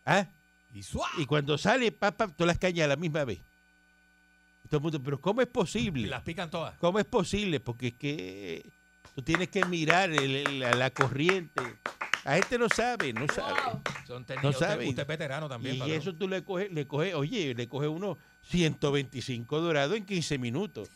C: ¿Ah?
E: Y suá.
C: Y cuando sale, papá, todas las cañas a la misma vez. Y todo el mundo, pero ¿cómo es
E: Y
C: posible?
E: las pican todas.
C: ¿Cómo es posible? Porque es que tú tienes que mirar el- el- la, la corriente. La gente no sabe, no sabe.
E: Son técnicas. Usted-
C: saben.
E: Usted, es veterano también,
C: y
E: patrón.
C: eso tú le coges, le coges, oye, le coges uno 125 dorados en 15 minutos.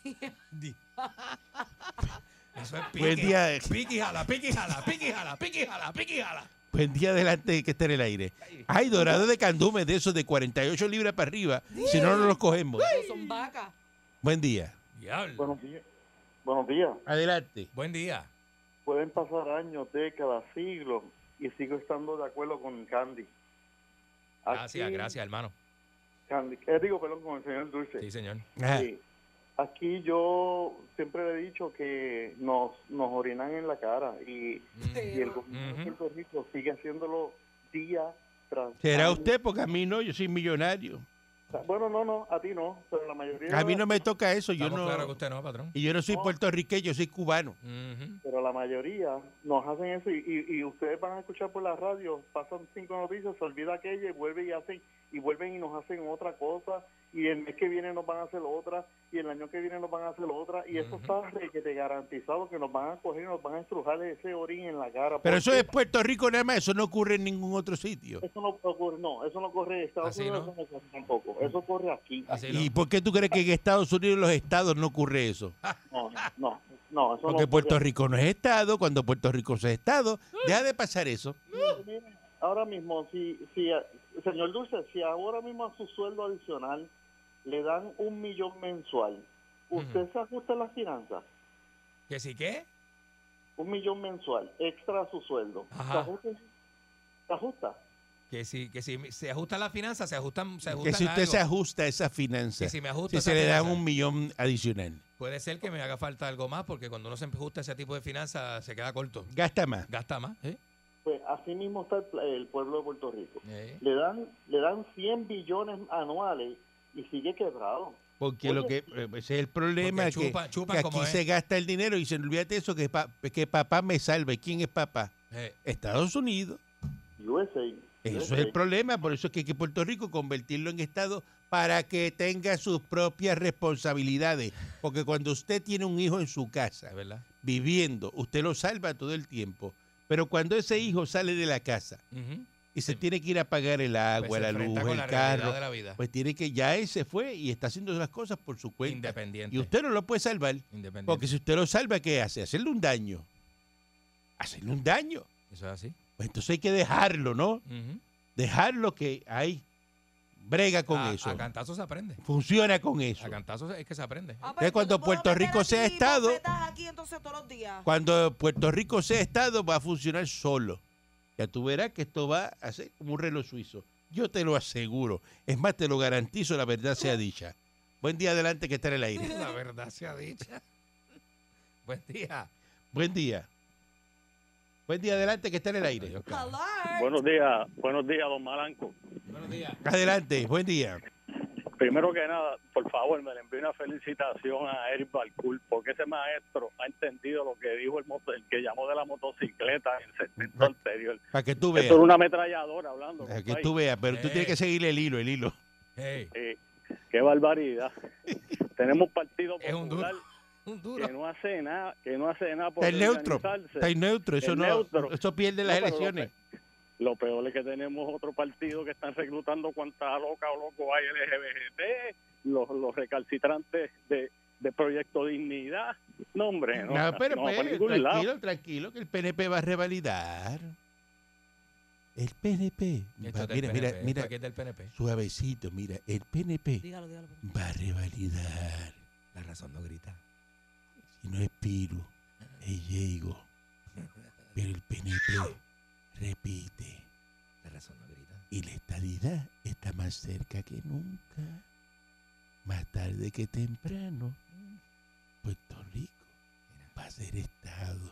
E: Eso es pique.
C: Buen día.
E: Pique y jala, pique y jala, pique y jala, pique y jala, pique y jala.
C: Buen día adelante que esté en el aire. Hay dorados de candume de esos de 48 libras para arriba. Si no, no los cogemos.
D: Esos son vacas.
C: Buen día.
E: Diablo.
H: Buenos días. Buenos días.
C: Adelante.
E: Buen día.
H: Pueden pasar años, décadas, siglos y sigo estando de acuerdo con Candy.
E: Gracias,
H: Aquí,
E: gracias, hermano.
H: Candy, eh, digo, perdón, con el señor Dulce.
E: Sí, señor.
C: Ajá.
H: Sí. Aquí yo siempre le he dicho que nos, nos orinan en la cara y,
C: Mm.
H: y el gobierno de
E: Ujú.
H: Puerto Rico sigue haciéndolo día tras
C: ¿Será
H: año.
C: usted? Porque a mí no, yo soy millonario.
H: Bueno, no, no, a ti no, pero la mayoría
C: A mí
H: de la-
C: no me toca eso. Yo
E: Estamos
C: no,
E: claro que usted no, patrón.
C: y yo no soy puertorriqueño, yo soy cubano.
E: Ujú.
H: pero la mayoría nos hacen eso y, y- y ustedes van a escuchar por la radio, pasan cinco noticias, se olvida aquella y vuelven y hacen y vuelven y nos hacen otra cosa y el mes que viene nos van a hacer otra y el año que viene nos van a hacer otra y eso está re- que te garantizado que nos van a coger y nos van a estrujar ese orín en la cara.
C: Pero eso
H: porque
C: es Puerto Rico nada más, eso no ocurre en ningún otro sitio.
H: eso no ocurre, no, eso no corre en Estados
E: Así
H: Unidos
E: no.
H: no ocurre tampoco, eso corre aquí.
E: Así no.
C: Ah, ¿Y por qué tú crees que en Estados Unidos y los estados no ocurre eso?
H: No, no, no, eso
C: Porque
H: no
C: Puerto
H: ocurre
C: Rico no es estado, cuando Puerto Rico es estado, deja de pasar eso.
H: Miren, ahora mismo, si, si, señor Dulce, si ahora mismo a su sueldo adicional le dan un millón mensual, ¿usted se ajusta las finanzas?
E: ¿Que sí qué?
H: Un millón mensual, extra a su sueldo. ¿Se
E: Ajá.
H: ajusta? ¿Se ajusta?
E: Que si, que si se ajustan las finanzas, se ajustan, se
C: Que
E: ajustan
C: si usted
E: algo.
C: se ajusta a esa finanza,
E: Que si me ajusto
C: si
E: esa
C: se le dan
E: finanza.
C: un millón adicional,
E: Puede ser que me haga falta algo más, porque cuando uno se ajusta ese tipo de finanzas, se queda corto.
C: gasta más.
E: Gasta más. ¿eh?
H: Pues así así mismo está el, pla- el pueblo de Puerto Rico. Le dan le dan 100 billones anuales y sigue quebrado.
C: Porque lo que eh, ese es el problema
E: Porque
C: es que,
E: chupa- chupa
C: que
E: como
C: aquí
E: es.
C: se gasta el dinero y se olvídate eso que, pa- que papá me salve. ¿Quién es papá?
E: Eh,
C: Estados Unidos.
H: USA.
C: Eso es el problema, por eso es que hay que Puerto Rico convertirlo en Estado para que tenga sus propias responsabilidades. Porque cuando usted tiene un hijo en su casa,
E: es verdad.
C: viviendo, usted lo salva todo el tiempo. Pero cuando ese hijo sale de la casa
E: Ujú.
C: y se tiene que ir a pagar el agua,
E: Pues se
C: la luz,
E: enfrenta con
C: el
E: la realidad
C: carro,
E: de la vida.
C: pues tiene que, ya él se fue y está haciendo las cosas por su cuenta.
E: Independiente.
C: Y usted no lo puede salvar.
E: Independiente.
C: Porque si usted lo salva, ¿qué hace? Hacerle un daño. Hacerle un daño.
E: Eso es así.
C: Pues entonces hay que dejarlo, ¿no?
E: Ujú.
C: Dejarlo que ahí brega Pues con
E: a,
C: eso.
E: A cantazos se aprende.
C: Funciona con eso.
E: A cantazos es que se aprende.
D: Ah, pues,
C: Entonces,
D: yo
C: cuando
D: te puedo
C: Puerto
D: meter
C: Rico
D: a ti
C: sea Estado-
D: bofetadas aquí entonces todos los días.
C: Cuando Puerto Rico sea Estado, va a funcionar solo. Ya tú verás que esto va a ser como un reloj suizo. Yo te lo aseguro. Es más, te lo garantizo, la verdad sea dicha. Buen día adelante que está en el aire.
E: La verdad sea dicha. Buen día.
C: Buen día. Buen día adelante que está en el aire.
E: Adiós, cara.
D: Alert.
I: Buenos días, buenos días, don Malanco.
E: Buenos días.
C: Adelante, buen día.
I: Primero que nada, por favor, me le envío una felicitación a Eric Balcour, porque ese maestro ha entendido lo que dijo el, moto- el que llamó de la motocicleta en el segmento anterior.
C: Para que tú veas.
I: Esto era una ametralladora hablando.
C: Para que
I: compadre.
C: tú veas. Pero tú
E: Eh.
C: tienes que seguirle el hilo, el hilo.
E: Hey,
I: Eh, qué barbaridad. Tenemos un partido
E: Es un
I: popular
E: un duro.
I: que no hace nada, que no hace nada por
C: Está en neutro.
I: organizarse.
C: Está en neutro. Eso
I: Es
C: no.
I: neutro.
C: Eso pierde
I: No,
C: las
I: pero lo
C: elecciones.
I: Lo peor es que tenemos otro partido que están reclutando cuanta loca o loco hay LGBT, los, los recalcitrantes de, de Proyecto Dignidad. No, hombre, no.
C: No, pero
I: no,
C: pues,
I: para ningún
C: tranquilo,
I: lado.
C: tranquilo, que el PNP va a revalidar. El PNP. va- mira, mira, mira,
E: Aquí del PNP.
C: suavecito, mira, el PNP
D: Dígalo, dígalo. por favor.
C: va a revalidar.
E: La razón no grita.
C: Si no es Piro, es Diego. Pero el PNP repite.
E: La razón no grita.
C: Y la estadidad está más cerca que nunca. Más tarde que temprano, Puerto Rico va a ser Estado.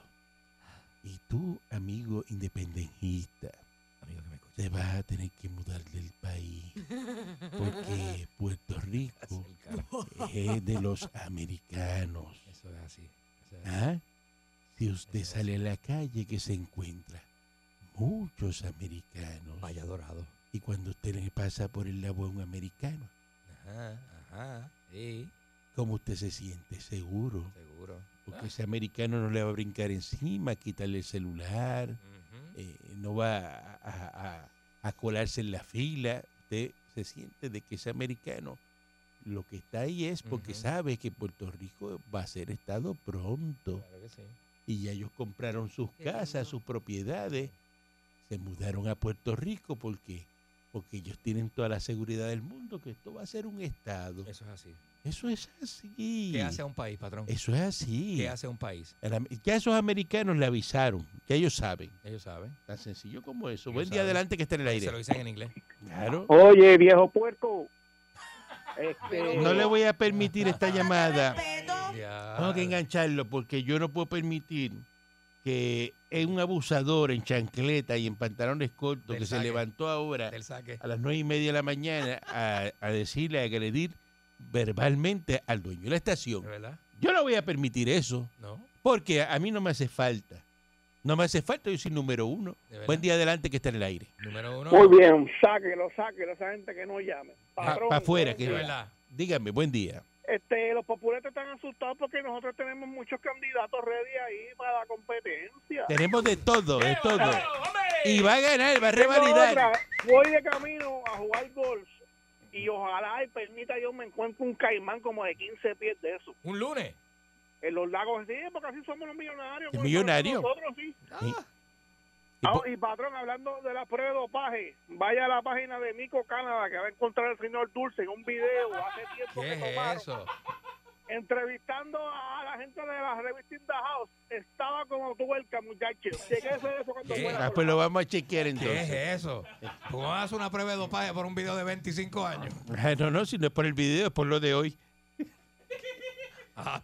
C: Y tú, amigo independentista,
E: Amigo que me escucha.
C: te vas a tener que mudar del país. Porque Puerto Rico
E: El cara.
C: es de los americanos.
E: Eso es así. Eso es así.
C: ¿Ah? Si usted sale a la calle, que se encuentra muchos americanos.
E: Vaya dorado.
C: Y cuando usted le pasa por el lado a un americano,
E: Ajá, ajá. Sí,
C: ¿cómo usted se siente? Seguro.
E: seguro. Ah,
C: Porque ese americano no le va a brincar encima, a quitarle el celular,
E: Ujú.
C: eh, no va a, a- a- a colarse en la fila. Usted se siente de que ese americano lo que está ahí es porque
E: Ujú.
C: sabe que Puerto Rico va a ser Estado pronto.
E: Claro que sí.
C: Y ya ellos compraron sus
D: Qué
C: casas,
D: lindo.
C: sus propiedades, se mudaron a Puerto Rico porque porque ellos tienen toda la seguridad del mundo que esto va a ser un estado.
E: Eso es así.
C: Eso es así.
E: ¿Qué hace a un país, patrón?
C: Eso es así.
E: ¿Qué hace a un país?
C: El am- Ya esos americanos le avisaron, ya ellos saben.
E: Ellos saben.
C: Tan sencillo como eso.
E: Ellos
C: Buen día
E: saben.
C: adelante que esté en el
E: Se lo
C: aire.
E: dicen en inglés.
C: Claro.
B: Oye, viejo puerco.
E: Oh,
B: Este,
C: No le voy a permitir esta llamada.
D: Respeto.
E: Ya.
C: Tengo que engancharlo porque yo no puedo permitir que un abusador en chancleta y en pantalones cortos
E: Del
C: que se
E: saque.
C: levantó ahora
E: Del saque.
C: a las nueve y media de la mañana a, a decirle, a agredir verbalmente al dueño de la
E: ¿De
C: estación.
E: verdad?
C: Yo no voy a permitir eso,
E: No.
C: porque a, a mí no me hace falta. No me hace falta, yo soy número uno.
E: ¿De verdad?
C: Buen día adelante que está en el aire.
E: Número uno.
I: Muy bien, sáquelo, sáquelo, esa gente que no llame.
C: Para
I: Patrón, eh,
C: afuera, que
E: De
C: va.
E: verdad.
C: Dígame, buen día.
I: Este, los populetes están asustados porque nosotros tenemos muchos candidatos ready ahí para la competencia.
C: Tenemos de todo, de todo. Y
E: Iba-
C: va a ganar, va a
I: Tengo otra.
C: revalidar.
I: Voy de camino a jugar golf y ojalá y permita Dios me encuentre un caimán como de 15 pies de eso.
E: Un lunes.
I: En los lagos, sí, porque así somos los millonarios.
C: ¿Es
I: con-
C: millonario?
I: Nosotros sí.
C: Y- y
I: Ah,
C: po-
I: y patrón, hablando de la prueba de dopaje, vaya a la página de Mico Canadá que va a encontrar el señor Dulce en un video hace tiempo
E: ¿Qué
I: que
E: es
I: tomaron,
E: eso?
I: entrevistando a la gente de la revista In the House. Estaba como tuerca, muchacho. Chequese eso cuando
E: ¿Qué?
I: pueda,
C: Ah,
I: por
C: pues lo
I: favor.
C: vamos a chequear
E: ¿Qué
C: entonces.
E: es eh? eso? ¿Cómo vas a hacer una prueba de dopaje por un video de 25 años?
C: Ah, No, no, si no es por el video, es por lo de hoy.
E: Ah,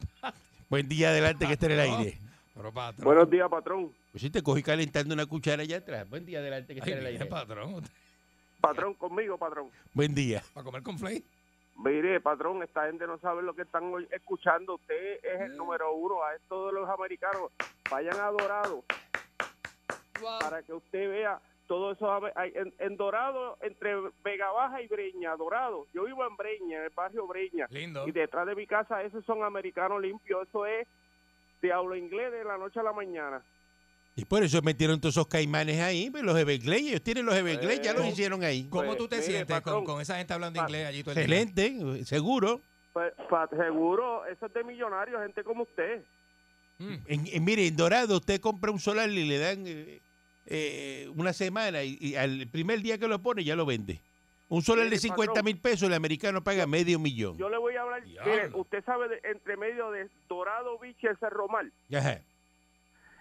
C: Buen día adelante que está en el
E: no.
C: aire.
E: Ah, pero patrón.
F: Buenos días, patrón.
C: Pues si te cogí calentando una cuchara allá atrás. Buen día, adelante,
E: Ay,
C: que esté en el
E: mire,
C: aire.
E: patrón.
L: Patrón, conmigo, patrón.
C: Buen día.
E: Para comer con Flay.
L: Mire, patrón, esta gente no sabe lo que están hoy escuchando. Usted es el número uno a estos de los americanos. Vayan a Dorado para que usted vea todo eso. ame- hay- En, en Dorado, entre Vega Baja y Breña, Dorado. Yo vivo en Breña, en el barrio Breña.
E: Lindo.
L: Y detrás de mi casa, esos son americanos limpios. Eso es de habla inglés de la noche a la mañana.
C: Y por eso metieron todos esos caimanes ahí, pues, los Everglades. Ellos tienen los Everglades, ya los
L: Eh,
C: hicieron ahí.
E: ¿Cómo
L: Pues,
E: tú te
L: mire,
E: sientes
L: patrón.
E: con, con esa gente hablando inglés allí todo el día?
C: Excelente, seguro.
L: Pues, pa- seguro, eso es de millonarios, gente como usted.
C: En, en- mire, en Dorado usted compra un solar y le dan eh, eh, una semana y, y al primer día que lo pone ya lo vende. Un solar
L: Mire,
C: de 50
L: patrón.
C: mil pesos, el americano paga medio millón.
L: Yo le voy a hablar. Mire, usted sabe, de- entre medio de Dorado Beach y el Cerro Mar,
C: Ajá.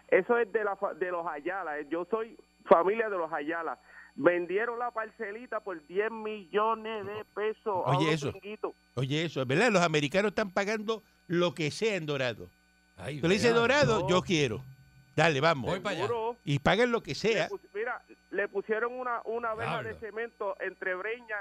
L: eso es de, la, fa- de los Ayala. eh, Yo soy familia de los Ayala. Vendieron la parcelita por 10 millones de pesos. a
C: Oye,
L: unos
C: eso.
L: gringuitos.
C: Oye, eso es verdad, los americanos están pagando lo que sea en Dorado.
E: Ay, Ah,
C: Tú le dices
E: vea.
C: Dorado, yo quiero. Dale, vamos.
E: Voy para allá.
L: Seguro.
C: Y pagan lo que sea.
L: Le pus- mira, le pusieron una, una verja de
E: Diablo.
L: cemento entre Breña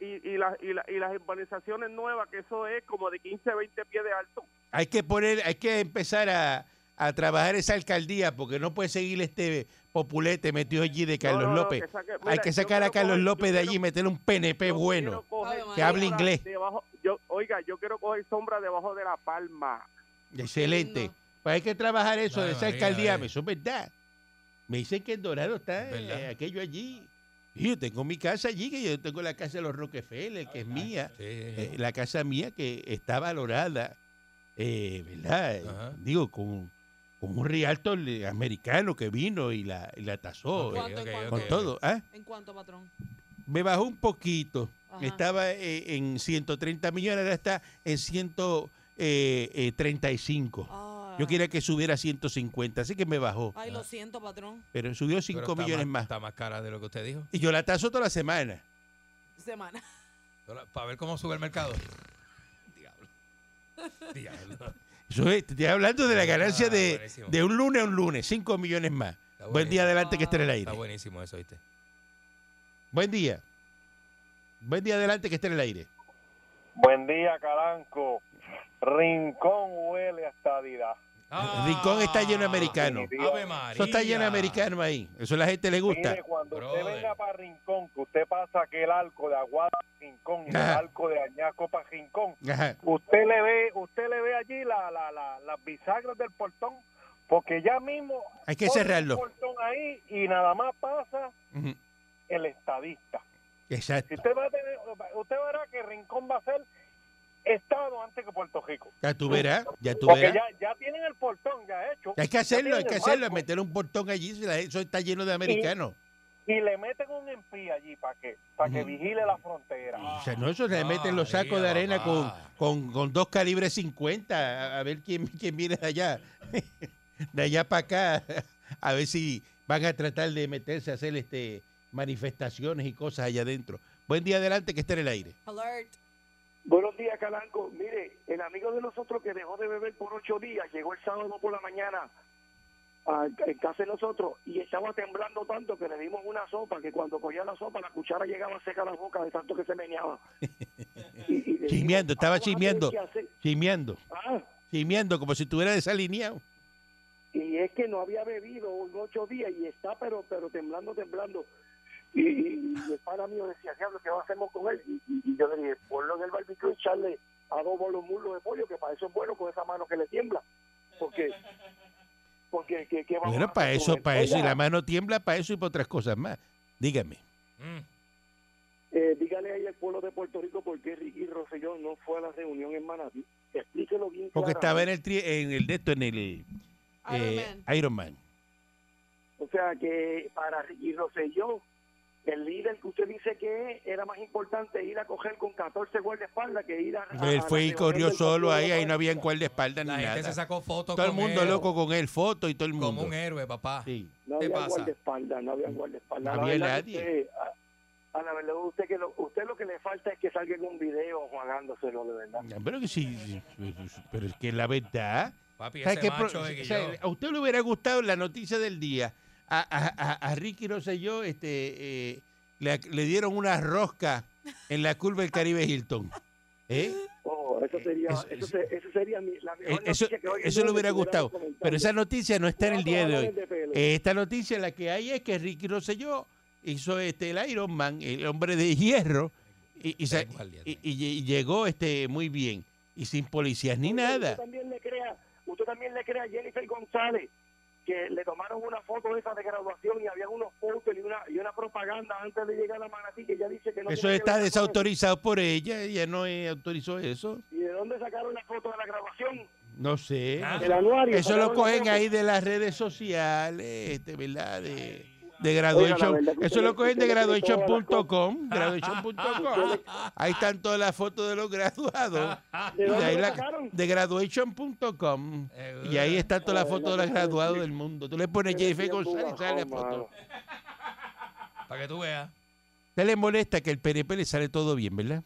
L: y, y, las- y, la- y las urbanizaciones nuevas, que eso es como de 15, 20 pies de alto.
C: Hay que poner, hay que empezar a, a trabajar esa alcaldía porque no puede seguir este populete metido allí de Carlos
L: No, no, no,
C: López.
L: que saque-
C: hay
L: mira,
C: que
L: yo
C: sacar a
L: quiero
C: Carlos
L: coger- yo
C: López de
L: quiero-
C: allí y meterle un PNP
L: Yo
C: bueno.
L: quiero coger
D: Que
L: sombra
C: hable inglés.
L: debajo- yo, oiga, yo quiero coger sombra debajo de la palma.
C: Excelente.
D: lindo.
C: Pues hay que trabajar eso
E: Ay,
C: de esa
E: María,
C: alcaldía.
E: ay.
C: Eso es verdad. Me dicen que en Dorado está
E: Es verdad.
C: eh, aquello allí. Y yo tengo mi casa allí, que yo tengo la casa de los Rockefeller, que es mía.
E: Sí.
C: Eh, la casa mía que está valorada, eh, ¿verdad? Eh,
E: Ajá.
C: Digo, con, con un realtor eh, americano que vino y la, y la tasó
E: Ok,
C: eh,
D: ¿Cuánto,
E: ok,
D: cuánto?
E: ok,
C: con
E: ok.
C: todo. ¿ah?
D: ¿En cuánto, patrón?
C: Me bajó un poquito.
D: Ajá.
C: Estaba eh, en 130 millones, ahora está en eh, 135.
D: Ah.
C: Yo quería que subiera a 150, así que me bajó.
D: Ay, lo siento, patrón.
C: Pero subió
E: Pero
C: 5
E: está
C: millones más.
E: Está más cara de lo que usted dijo.
C: Y yo la taso toda la semana.
D: Semana.
E: Para ver cómo sube el mercado. Diablo. Diablo.
C: Eso es, te estoy hablando de la ganancia
E: Ah,
C: de,
E: buenísimo.
C: de un lunes a un lunes, 5 millones más.
E: Está
C: Buen
E: buenísimo.
C: día adelante que esté en el aire.
E: Está buenísimo eso, ¿viste?
C: Buen día. Buen día adelante que esté en el aire.
H: Buen día, Calanco. Rincón huele a estadidad.
C: Rincón está lleno de americanos.
E: Ah, Ave María.
C: Eso está lleno de americanos ahí. Eso a la gente le gusta.
H: Mire, cuando usted
E: Brother.
H: venga para Rincón, que usted pasa aquel arco de Aguada a Rincón y el
C: Ajá.
H: arco de Añaco para Rincón,
C: Ajá.
H: usted le ve, usted le ve allí la, la, la- las bisagras del portón, porque ya mismo
C: Hay que
H: pone el
C: cerrarlo.
H: portón ahí y nada más pasa
C: Ujú.
H: el estadista. Si
C: Exacto.
H: usted va a tener, usted verá que Rincón va a ser estado antes que Puerto Rico.
C: Ya tú verás, ya tú
H: Porque
C: verás.
H: ya, ya tienen el portón ya hecho.
C: Hay que
H: Ya
C: hacerlo, hay
H: tienen
C: que
H: el
C: hacerlo,
H: marco.
C: meter un portón allí, si la- eso está lleno de americanos.
H: Y le meten un empí allí para que, para que
C: Ujú.
H: vigile la frontera.
C: O sea, no, eso le
E: Ah,
C: meten los sacos de
E: María,
C: arena con,
E: papá.
C: con, con dos calibres 50, a, a ver quién, quién viene de allá, de allá para acá, a ver si van a tratar de meterse a hacer este manifestaciones y cosas allá adentro. Buen día adelante que esté en el aire.
D: Alert.
L: Buenos días, Calanco. Mire, el amigo de nosotros que dejó de beber por ocho días llegó el sábado por la mañana a, en casa de nosotros y estaba temblando tanto que le dimos una sopa que cuando cogía la sopa la cuchara llegaba seca a la boca de tanto que se meneaba. Y- y le
C: Chismeando,
L: dijimos, "Vamos
C: estaba
L: a ver
C: chismeando.
L: qué hacer".
C: Chimeando,
L: Ah,
C: chimeando, como si estuviera desalineado.
L: y es que no había bebido en ocho días y está pero pero temblando, temblando. Y, y, y el pana mío decía, diablo, ¿qué hacemos con él? Y, y- y yo le dije, ponlo en el barbecue y echarle adobo a los muslos de pollo, que para eso es bueno con esa mano que le tiembla. Porque, porque ¿qué, qué vamos a
C: Bueno,
L: hacer
C: para
L: con
C: eso,
L: él?
C: para eso, y
L: Oiga,
C: la mano tiembla para eso y para otras cosas más. Dígame.
E: Mm.
L: eh, dígale ahí al pueblo de Puerto Rico por qué Ricky Rossellón no fue a la reunión en Manatí. Explíquelo bien
C: Porque estaba en
L: claramente.
C: el, tri- en el de esto, en el eh,
D: Iron Man.
C: Iron Man.
L: O sea que para Ricky Rosselló, el líder que usted dice que es, era más importante ir a coger con 14 guardaespaldas que ir a... a-
C: Él
L: a
C: fue
L: la
C: y corrió
L: reunión del
C: solo ahí,
L: Partido
C: ahí no había
L: Demócrata.
C: espalda ni
E: La gente se
C: nada.
E: sacó fotos
C: Todo el
E: con
C: mundo
E: él,
C: loco con él, foto y todo el
E: Como
C: mundo.
E: un héroe, papá.
C: Sí.
L: No
E: ¿Qué
L: había
E: pasa?
L: guardaespaldas, no había guardaespaldas.
C: No
L: La
C: había
L: verdad
C: nadie.
L: usted- a, a la verdad, usted que lo, usted lo que le falta es que salga en un video jugándoselo de verdad.
C: Pero que sí, sí, pero es que la verdad,
E: Papi,
C: ¿Sabe
E: ese
C: qué pro-
E: macho es que
C: o sea,
E: yo-
C: A usted le hubiera gustado la noticia del día. A, a- a- a Ricky Rosselló este, eh, le, le dieron una rosca en la curva del Caribe Hilton. ¿Eh?
L: Oh, eso sería,
C: Eso-
L: eso, se- eso sería mi- la
C: Eh,
L: mejor
C: Eso,
L: noticia que hoy en
C: eso
L: día
C: le hubiera
L: me estuvieran
C: gustado. Pero esa noticia no está en el día de hoy.
L: Cuatro dólares de pelo.
C: Esta noticia la que hay es que Ricky Rosselló hizo este, el Iron Man, el hombre de hierro, y, y sa- y- y- y llegó este, muy bien. Y sin policías ni nada.
L: Usted también le crea, usted también le crea a Jennifer González que le tomaron una foto de esa de graduación y había unos pósters y una, y una propaganda antes de llegar a Manatí que ella dice que no
C: Eso
L: tiene que
C: está
L: ver con él.
C: desautorizado por ella. Ella no eh, autorizó eso.
L: ¿Y de dónde sacaron la foto de la graduación?
C: No sé.
L: Ah. El anuario,
C: Eso
L: sacaron
C: lo
L: la
C: cogen
L: foto.
C: ahí de las redes sociales, este, ¿verdad? De, de
L: Oiga, la
C: graduation.
L: verdad que
C: Eso
L: usted
C: lo
L: le-
C: cogen de
L: usted le tiene todas las
C: graduation.com. Graduation.com. Ahí están todas las fotos de los graduados.
L: ¿De
C: Y
L: dónde
C: ahí
L: lo
C: la-
L: sacaron?
C: de graduation.com.
E: eh,
C: Y
L: Eh,
C: ahí están todas las fotos de los graduados del mundo. Tú le pones Jennifer González y sale la foto.
E: Para que tú veas.
C: Te le molesta que el PNP le sale todo bien, ¿verdad?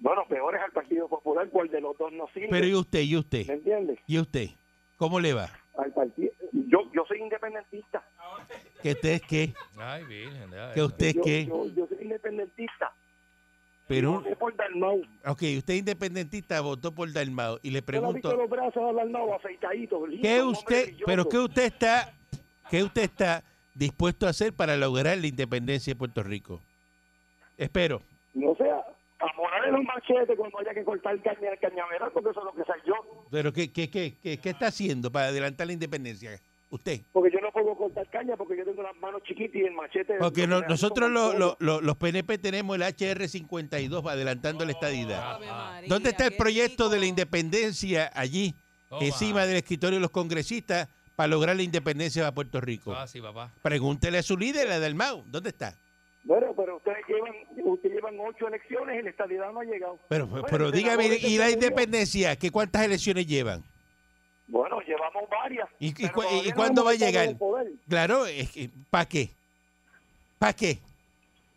L: Bueno, peor es al Partido Popular, cual de los dos no sirve.
C: Pero ¿y usted? ¿Y
L: ¿Me
C: usted?
L: entiendes?
C: ¿Y usted? ¿Cómo le va?
L: Al partido. Yo, yo soy independentista.
C: ¿Que usted es qué?
E: Ay, virgen. ya,
C: ¿Que
E: eso.
C: usted es
L: Yo,
C: qué?
L: yo, yo soy independentista.
C: Pero un-
L: Es por Dalmau.
C: Ok, usted independentista votó por Dalmao y le
L: Yo le he visto
C: pregunto,
L: los brazos a Dalmau afeitaditos. lindo,
C: ¿qué
L: un hombre
C: usted,
L: brilloso.
C: pero qué usted está, qué usted está dispuesto a hacer para lograr la independencia de Puerto Rico? Espero.
L: No sea, a morarle los machetes cuando haya que cortar carne al cañaveral, porque eso es lo que soy yo.
C: Pero qué, qué, qué, qué, qué está haciendo para adelantar la independencia? Usted.
L: Porque yo no puedo cortar caña porque yo tengo las manos chiquitas y el machete.
C: Porque no-
L: me hace
C: nosotros
L: como
C: los,
L: el
C: los- los- los PNP tenemos el HR52 para adelantando la estadidad. ¿Dónde está el proyecto de la independencia allí,
E: Toma.
C: encima del escritorio de los congresistas, para lograr la independencia de Puerto Rico?
E: Ah, sí, papá.
C: Pregúntele a su líder, la del MAU, ¿dónde está?
L: Bueno, pero ustedes llevan, ustedes llevan ocho elecciones y la estadidad no ha llegado.
C: Pero,
L: Bueno,
C: pero
L: el
C: dígame,
L: senador
C: ¿y la
L: ese murió.
C: independencia? ¿Qué cuántas elecciones llevan?
L: Bueno, llevamos varias.
C: ¿Y, y
L: pero
C: cu- y
L: todavía no
C: cuándo va a
L: hemos estado en
C: llegar?
L: el poder.
C: Claro, es que, ¿para qué? ¿Para qué?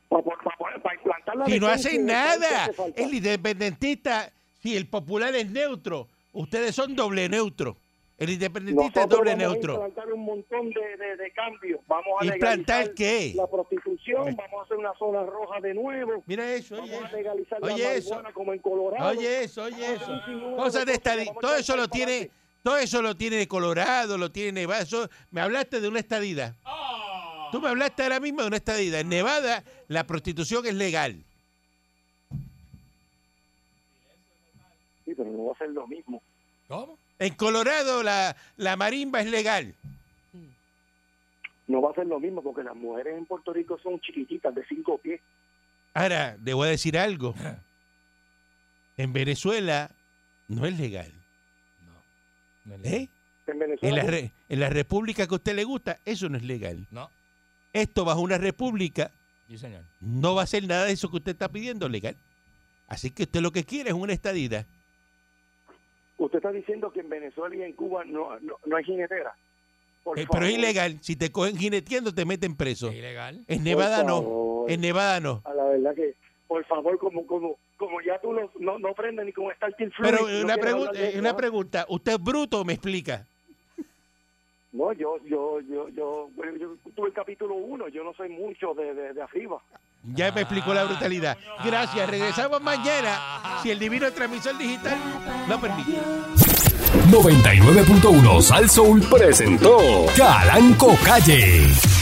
L: Pa- pa- pa- pa- pa implantar la
C: Si no
L: decencia
C: hacen
L: que
C: nada,
L: hace falta.
C: el independentista, si el popular es neutro, ustedes son doble neutro. El independentista
L: Nosotros
C: es doble
L: vamos a
C: neutro.
L: implantar un montón de, de, de cambios. Vamos a
C: ¿Implantar
L: legalizar
C: qué?
L: La prostitución, vamos a hacer una zona roja de nuevo.
C: Mira eso, oye.
L: Vamos a legalizar la
C: Oye eso.
L: marihuana como en Colorado.
C: Oye eso, oye eso.
L: un sinnúmero de cosas
C: Cosas de
L: que
C: estadi-
L: vamos a
C: Todo eso
L: alcanzar
C: lo
L: para
C: tiene, todo eso lo tiene Colorado, lo tiene Nevada. Eso- me hablaste de una estadida. Tú me hablaste ahora mismo de una estadida. En Nevada la prostitución es legal.
L: Sí, pero no va a ser lo mismo.
E: ¿Cómo?
C: En Colorado la, la marimba es legal.
L: No va a ser lo mismo porque las mujeres en Puerto Rico son chiquititas, de cinco pies.
C: Ahora, le voy a decir algo. En Venezuela no es legal.
E: No le-
C: ¿eh?
L: En
C: En,
L: Venezuela.
C: la re- en la república que a usted le gusta, eso no es legal.
E: No,
C: Esto bajo una república
E: sí, señor.
C: no va a ser nada de eso que usted está pidiendo legal. Así que usted lo que quiere es una estadida.
L: Usted está diciendo que en Venezuela y en Cuba no, no, no hay jinetera. Por
C: Eh, pero es
L: favor.
C: ilegal. Si te cogen jineteando, te meten preso.
E: Es ilegal.
C: En Nevada
L: Por
C: no.
L: favor. Ah,
C: En Nevada no.
L: A la verdad que, por favor, como como como ya tú no, no, no prendes ni con estar Till Fury,
C: Pero
L: no
C: una,
L: quieres
C: pregunta,
L: hablar de eso,
C: una
L: ¿ah?
C: pregunta. ¿Usted es bruto o me explica?
L: No, yo, yo, yo, yo, bueno, yo tuve el capítulo 1, yo no soy mucho de, de, de arriba.
C: Ya me explicó
L: Ah,
C: la brutalidad. Gracias. Regresamos mañana si el divino transmisor digital lo permite.
A: 99.1 Sal Soul presentó Calanco Calle.